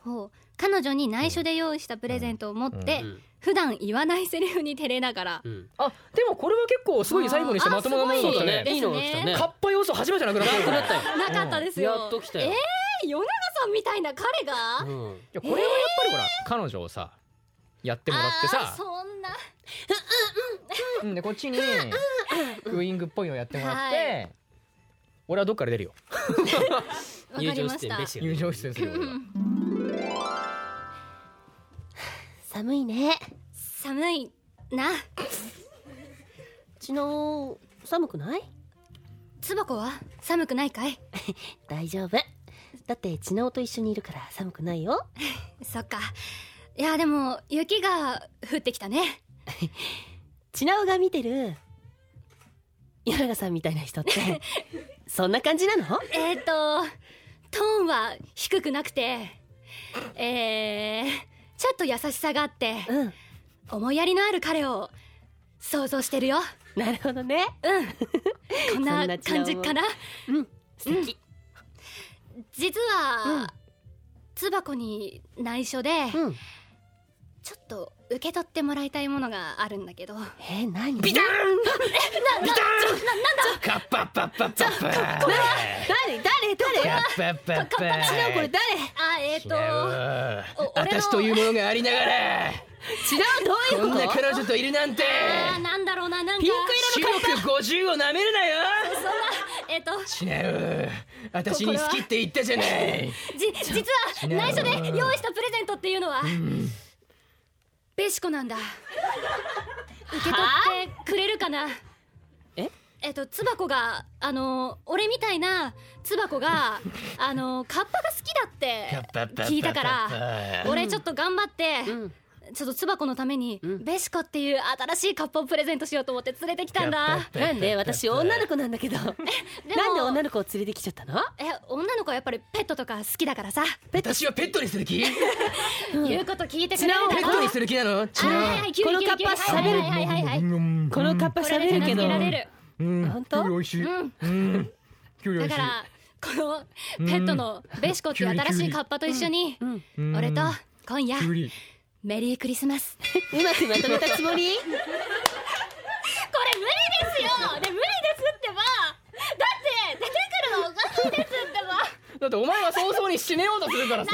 Speaker 3: ほう彼女に内緒で用意したプレゼントを持って、
Speaker 1: りがとうございます
Speaker 3: 普段言わないセリフに照れながら
Speaker 1: うんうん
Speaker 2: あでもこれは結構すごい最後にしてまともなものだ
Speaker 1: そ
Speaker 2: っ
Speaker 1: う
Speaker 2: た
Speaker 1: だ
Speaker 2: ね
Speaker 1: ねいいのが来たね
Speaker 2: カッパ要素初めてなくなったよ
Speaker 1: なくなったよ
Speaker 3: なかったですよ
Speaker 1: やっと来たよ
Speaker 3: えー、与永さんみたいな彼が、
Speaker 1: うん
Speaker 2: いやこれはやっぱりほら彼女をさやってもらって
Speaker 3: あー
Speaker 2: さ
Speaker 3: そんな
Speaker 2: うんでこっちにウイングっぽいのやってもらっ
Speaker 3: は
Speaker 2: て俺はどっから出るよ
Speaker 3: わか
Speaker 1: 友
Speaker 3: り
Speaker 1: 情
Speaker 3: ま
Speaker 1: 出
Speaker 3: し
Speaker 1: 演
Speaker 3: た
Speaker 1: ベシ
Speaker 2: 友情出演するよ俺は
Speaker 1: 寒いね
Speaker 3: 寒いな
Speaker 1: うちの寒くない
Speaker 3: つばこは寒くないかい
Speaker 1: 大丈夫だって千奈と一緒にいるから寒くないよ
Speaker 3: そっかいやでも雪が降ってきたね
Speaker 1: 千奈が見てる柳永さんみたいな人って そんな感じなの
Speaker 3: えっ、ー、とトーンは低くなくてえー、ちょっと優しさがあって
Speaker 1: うん
Speaker 3: 思いやりのある彼を想像してるよ
Speaker 1: なるほどね
Speaker 3: こんな
Speaker 1: そん
Speaker 3: 感
Speaker 1: な違
Speaker 3: じ
Speaker 1: うわ
Speaker 3: かな
Speaker 1: 素敵
Speaker 3: 実は、つばこに内緒で、
Speaker 1: うん
Speaker 3: ちょっと受け取ってもらいたいものがあるんだけど
Speaker 1: えー何ビタン
Speaker 2: カッパッパッパッパッパッ
Speaker 1: 誰誰誰
Speaker 2: カッパッパッパッ
Speaker 1: 千奈これ誰
Speaker 3: あえっ、
Speaker 2: 違
Speaker 3: と
Speaker 2: う
Speaker 3: お俺の
Speaker 2: 私というものがありながら
Speaker 1: 千奈どう
Speaker 10: い
Speaker 2: こんな
Speaker 10: こと
Speaker 2: 彼女といるなんて
Speaker 3: あーなんだろうななんか
Speaker 10: ピンク
Speaker 2: 視
Speaker 10: 色の
Speaker 2: 力50を舐めるなよ
Speaker 3: えっと
Speaker 2: 違う私に好きって言ったじゃない
Speaker 3: じ実は内緒で用意したプレゼントっていうのは、ベシコなんだ受け取ってくれるかな
Speaker 10: え
Speaker 3: えっとつばこがあの俺みたいなつばこがあのカッパが好きだって聞いたから俺ちょっと頑張って、ちょっとつばこのために、ベシコっていう新しいカッパをプレゼントしようと思って連れてきたんだ
Speaker 10: なんで私女の子なんだけどなん
Speaker 3: で
Speaker 10: で
Speaker 3: も
Speaker 10: 女の子を連れてきちゃったの
Speaker 3: え女の子はやっぱりペットとか好きだからさ、
Speaker 2: 私はペットにする気ペ
Speaker 3: 言うこと聞いてくれるだろ
Speaker 2: ットにする気なの違う
Speaker 3: このカッパ喋る。はいはいはい。
Speaker 10: このカッパ
Speaker 3: これで
Speaker 10: 喋るけ
Speaker 3: 名
Speaker 10: ど
Speaker 3: 付けられる。
Speaker 10: 本当
Speaker 2: 美味しい
Speaker 3: だからこのペットのベシコっていう新しいカッパと一緒に、俺と今夜メリークリスマス。こ
Speaker 10: うまくまとめたつもり
Speaker 3: れ無理ですよ。で無理ですってば。だって出てくるのおかしいですってば。
Speaker 2: だってお前は早々に死ねようとするからさ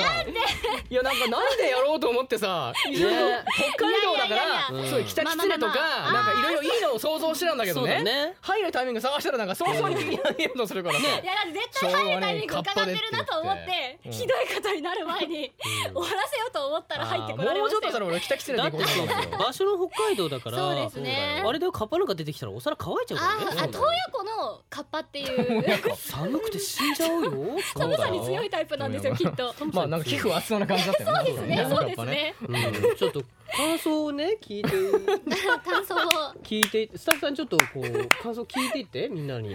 Speaker 2: いやなんかなんでやろうと思ってさいろいろ北海道だか
Speaker 3: いや
Speaker 2: らそういう北キツネとか
Speaker 3: まあまあまあ
Speaker 2: なんかいろいろいいのを想像してたんだけど
Speaker 1: そうだ
Speaker 2: ね
Speaker 1: ね
Speaker 2: 入るタイミング探したらなんか早々に 気になようとするからさ
Speaker 3: いやだって絶対入るタイミング伺ってるなと思って
Speaker 2: うん
Speaker 3: ひどいことになる前に終わらせようと思ったら入ってこられ
Speaker 2: も
Speaker 3: ま
Speaker 2: うちょっ
Speaker 3: し
Speaker 2: とし
Speaker 3: たよ
Speaker 2: たら俺北キツネ
Speaker 1: だ
Speaker 2: で行
Speaker 1: っ
Speaker 2: こ
Speaker 1: て
Speaker 2: うと思ってたんだよ
Speaker 1: 場所の北海道だから
Speaker 3: そうですね
Speaker 1: あれだよカッパなんか出てきたらお皿乾いちゃう
Speaker 3: あ
Speaker 1: から
Speaker 3: あ
Speaker 1: ね
Speaker 3: 東横のカッパっていう
Speaker 1: 寒くて死んじゃうよ
Speaker 3: 寒さに強いタイプなんですよきっと。
Speaker 2: まあなんか皮膚厚そうな感じだったよねそう
Speaker 3: ね、そうですね。
Speaker 1: うんちょっと感想をね聞いて
Speaker 3: 感想を。
Speaker 1: 聞いてスタッフさんちょっとこう感想聞いていってみんなに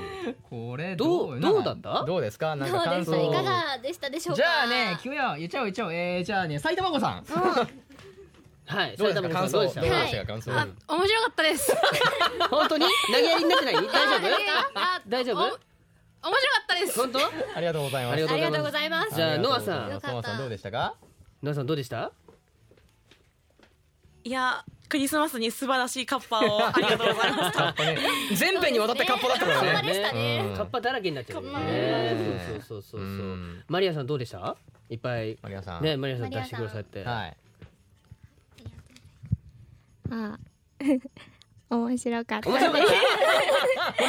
Speaker 2: これ
Speaker 1: どうどうだった
Speaker 2: どうですかなん
Speaker 3: ど
Speaker 2: か
Speaker 3: うで
Speaker 2: 感
Speaker 3: した
Speaker 2: 想
Speaker 3: いかがでしたでしょうか
Speaker 2: じゃあね聞くよ言っちゃおう言っちゃおうえーじゃあね埼玉子さん
Speaker 1: はい
Speaker 2: どうですか感想
Speaker 1: どう
Speaker 2: どう
Speaker 1: で
Speaker 2: で
Speaker 1: し
Speaker 2: したたか
Speaker 3: は
Speaker 2: 感想
Speaker 1: あ
Speaker 11: 面白かったです。面
Speaker 1: 本当に投げやりになってない大丈
Speaker 11: あ
Speaker 1: 夫大丈
Speaker 11: お白か
Speaker 1: 夫
Speaker 11: ったです。
Speaker 1: 本当
Speaker 2: ありがとうございます
Speaker 1: ありが
Speaker 3: ありがと
Speaker 1: と
Speaker 3: う
Speaker 1: う
Speaker 3: ご
Speaker 1: ご
Speaker 3: ざ
Speaker 1: ざ
Speaker 3: います。
Speaker 1: じゃあノアさん
Speaker 2: ありがとうございますノ
Speaker 3: よかっ
Speaker 2: ア
Speaker 3: た
Speaker 2: さんどうでした か
Speaker 1: 皆さんどうでした
Speaker 11: いや、クリスマスに素晴らしいカッパをありがとうございました。
Speaker 2: 全編にわたってカッパだったか
Speaker 3: カ
Speaker 2: ら
Speaker 3: ッパ
Speaker 2: ね
Speaker 3: でしたね。
Speaker 1: カッパだらけになっちゃうよ
Speaker 11: カッパ
Speaker 1: ねそうそうそうそう
Speaker 2: う
Speaker 1: そうんマリアさんどうでしたいっぱい
Speaker 2: マリアさん
Speaker 1: ねマリアさん出してくださって
Speaker 2: はい
Speaker 12: あ面白かった
Speaker 1: 面白かったもうな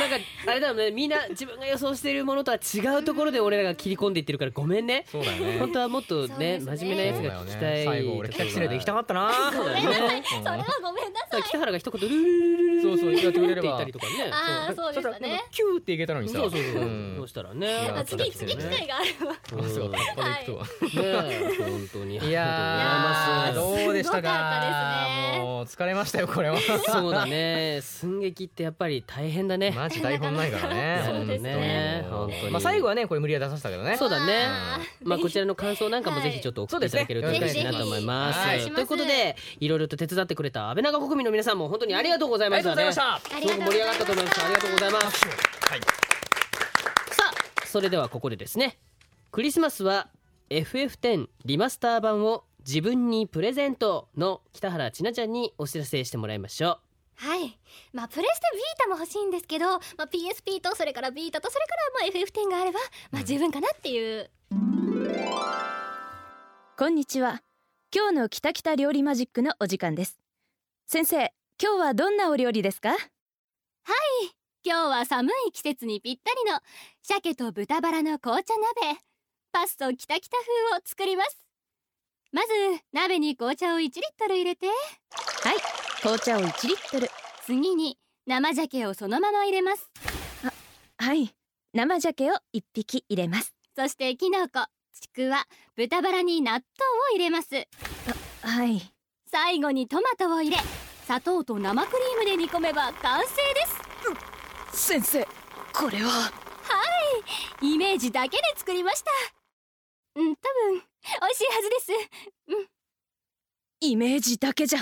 Speaker 1: んかあれだもんねみんな自分が予想しているものとは違うところで俺らが切り込んでいってるからごめん ね
Speaker 2: そうだよね
Speaker 1: 本当はもっと
Speaker 3: そう
Speaker 1: ね
Speaker 3: ですね
Speaker 1: 真面目なやつが聞きたい
Speaker 2: 最後俺北キツネで行きたかったな
Speaker 1: そうだ
Speaker 3: ごめんな
Speaker 1: よ
Speaker 3: さ
Speaker 1: ね
Speaker 3: い。それはごめんなさい。
Speaker 1: 北原が一言ルルルルル
Speaker 2: そうそう
Speaker 1: って
Speaker 2: 言ってく
Speaker 1: 言っ
Speaker 2: れれ
Speaker 1: てい
Speaker 2: ば
Speaker 1: たりとかね
Speaker 3: ああ、そうでし
Speaker 2: そ
Speaker 3: た
Speaker 2: したら
Speaker 3: ね。
Speaker 2: キューっていけたのにさ
Speaker 1: そうそうそうそう
Speaker 2: うん
Speaker 1: そうしたらね
Speaker 2: あ
Speaker 3: 次、次機会があれば。
Speaker 1: うん
Speaker 2: そうだカッパで行くとは
Speaker 1: ねえ本当に
Speaker 2: いやー
Speaker 1: ありがとうございます
Speaker 2: どうでした
Speaker 3: すごかったです
Speaker 2: か
Speaker 3: ね
Speaker 2: もう疲れましたよこれは
Speaker 1: そうだね寸劇ってやっぱり大変だね
Speaker 2: マジ台本ないからね
Speaker 1: そうですね
Speaker 2: 本当
Speaker 1: 本当に
Speaker 2: まあ最後はねこれ無理やり出させたけどね
Speaker 1: そうだね
Speaker 2: あ。
Speaker 1: まあこちらの感想なんかもぜひちょっと送っていただけると
Speaker 2: はい
Speaker 1: 嬉しいなと思いま
Speaker 2: ぜひ
Speaker 1: す。
Speaker 2: ぜ
Speaker 1: ということで、いろいろと手伝ってくれた安倍長国民の皆さんも本当にありがとうございま
Speaker 2: り
Speaker 1: した
Speaker 2: がとうございまし
Speaker 1: ね。
Speaker 2: た
Speaker 3: あ
Speaker 1: すごく盛り上がったと思います。ありがとうございます。
Speaker 2: はい
Speaker 1: さあ、それではここでですね、クリスマスは FF10 リマスター版を自分にプレゼントの北原千奈ちゃんにお知らせしてもらいましょ
Speaker 3: はい。まあ、プレステビータも欲しいんですけど、まあ、PSP と、それからビータと、それから、まあ、FF10 があれば、まあ、十分かなっていう。
Speaker 12: こんにちは今日のきたきた料理マジックのお時間です先生今日はどんなお料理ですか
Speaker 3: 今日は寒い季節にぴったりの、鮭と豚バラの紅茶鍋、パストキタキタ風を作ります。まず、鍋に紅茶を1リットル入れて、
Speaker 12: 紅茶を1リットル
Speaker 3: 次に生鮭をそのまま入れます
Speaker 12: はい生鮭を1匹入れます
Speaker 3: そしてきのこちくわ豚バラに納豆を入れます
Speaker 12: はい
Speaker 3: 最後にトマトを入れ砂糖と生クリームで煮込めば完成です
Speaker 12: 先生これは
Speaker 3: イメージだけで作りましたうん多分美味しいはずです
Speaker 12: イメージだけじゃ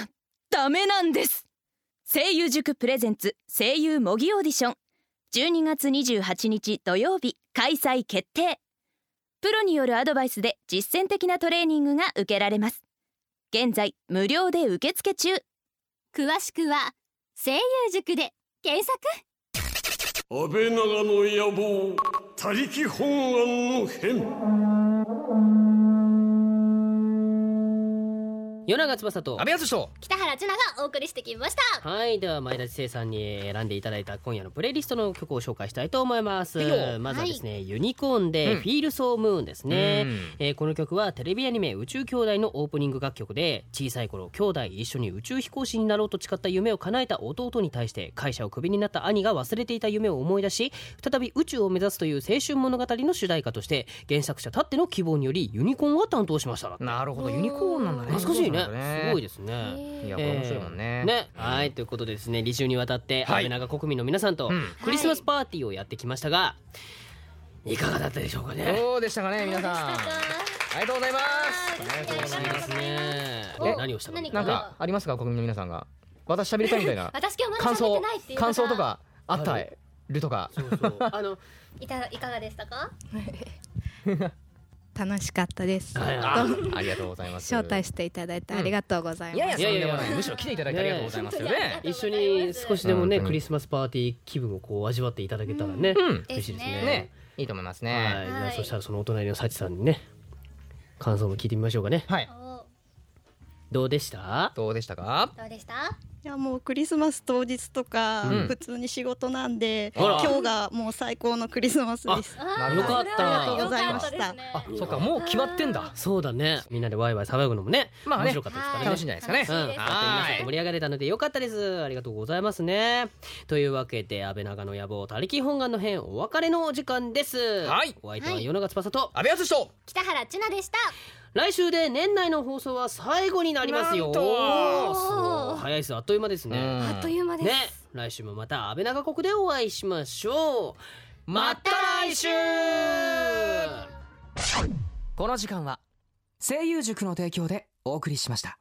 Speaker 12: ダメなんです声優塾プレゼンツ声優模擬オーディション12月28日土曜日開催決定プロによるアドバイスで実践的なトレーニングが受けられます現在無料で受付中
Speaker 3: 詳しくは声優塾で検索
Speaker 6: 安倍長の野望他力本願の変
Speaker 1: 夜長翼と
Speaker 2: 阿部淳と
Speaker 3: 北原千奈がお送りしてきました
Speaker 1: はいでは前田知世さんに選んでいただいた今夜のプレイリストの曲を紹介したいと思います
Speaker 2: いいよ
Speaker 1: まずはですね、ユニコーンで「
Speaker 2: うん
Speaker 1: フィール・ソー・ムーン」ですね、
Speaker 2: うん
Speaker 1: えーこの曲はテレビアニメ「宇宙兄弟」のオープニング楽曲で小さい頃兄弟一緒に宇宙飛行士になろうと誓った夢を叶えた弟に対して会社をクビになった兄が忘れていた夢を思い出し再び宇宙を目指すという青春物語の主題歌として原作者たっての希望によりユニコーンが担当しましただって
Speaker 2: なるほどユニコーンなんだね
Speaker 1: 懐かしいねすごい
Speaker 2: で
Speaker 1: ですね
Speaker 2: すいやこれ面白いもんね,、
Speaker 1: ね、はいということでですね2週にわたって安
Speaker 2: はい
Speaker 1: 倍長国民の皆さんと
Speaker 2: うん
Speaker 1: クリスマスパーティーをやってきましたが、い、かがだったでしょうかね。
Speaker 2: どうでしたかね皆さんありがとうございますありがとうございま
Speaker 1: ですね。
Speaker 3: お
Speaker 1: え何をしたの？
Speaker 3: 何
Speaker 2: なんかありますか国民の皆さんが私喋りたいみたいな
Speaker 3: 私今日まだ
Speaker 2: 感
Speaker 3: 喋っ
Speaker 2: 想
Speaker 3: てないっていう方
Speaker 2: 感想とかあった
Speaker 1: は
Speaker 2: るとか
Speaker 1: そうそう。あ の
Speaker 3: いたいかがでしたか
Speaker 13: 楽しかったです。
Speaker 2: あありがとうございます
Speaker 13: 招待していただいてありがとうございます。
Speaker 2: いやいやそんでも
Speaker 1: いや
Speaker 2: ないい
Speaker 1: や
Speaker 2: むしろ来ていただいてありがとうございますよね
Speaker 1: 一緒に少しでもね、
Speaker 2: うん
Speaker 1: クリスマスパーティー気分をこう味わっていただけたらね、
Speaker 2: うん
Speaker 1: 嬉しいですね。
Speaker 2: ねいいと思います
Speaker 1: は
Speaker 2: ね
Speaker 1: い、じゃあそしたらそのお隣の幸さんにね感想も聞いてみましょうかね。
Speaker 2: はい
Speaker 3: お
Speaker 1: どうでした？
Speaker 2: どうでしたか
Speaker 3: どうでした
Speaker 14: いやもうクリスマス当日とか
Speaker 2: うん
Speaker 14: 普通に仕事なんで、
Speaker 2: あら
Speaker 14: 今日がもう最高のクリスマスです。
Speaker 2: なる
Speaker 1: よ
Speaker 2: ほ
Speaker 14: あ
Speaker 1: かっ
Speaker 2: ど
Speaker 14: りがとう
Speaker 1: た。
Speaker 14: ございました。
Speaker 2: あそっかもう決まってんだ
Speaker 1: そうだね。みんなでワイワイ騒ぐのもね、
Speaker 2: まあね
Speaker 1: 面白かったですからね。
Speaker 2: 楽しいんじゃないですかね
Speaker 1: うん、勝手に皆さんと盛り上がれたので良かったです。ありがとうございますね。というわけで、安倍長の野望、他力本願の編、お別れのお時間です。
Speaker 2: はい
Speaker 1: お相手は
Speaker 3: はい
Speaker 1: 世永翼と、
Speaker 2: 阿部淳と
Speaker 3: 北原千奈でした
Speaker 1: 来週で年内の放送は最後になりますよ。
Speaker 2: なんと
Speaker 1: そう早いです。あっという間です
Speaker 2: うん
Speaker 1: ね。
Speaker 3: あっという間です、
Speaker 1: ね、来週もまた安倍長国でお会いしましょう。また来週
Speaker 4: この時間は声優塾の提供でお送りしました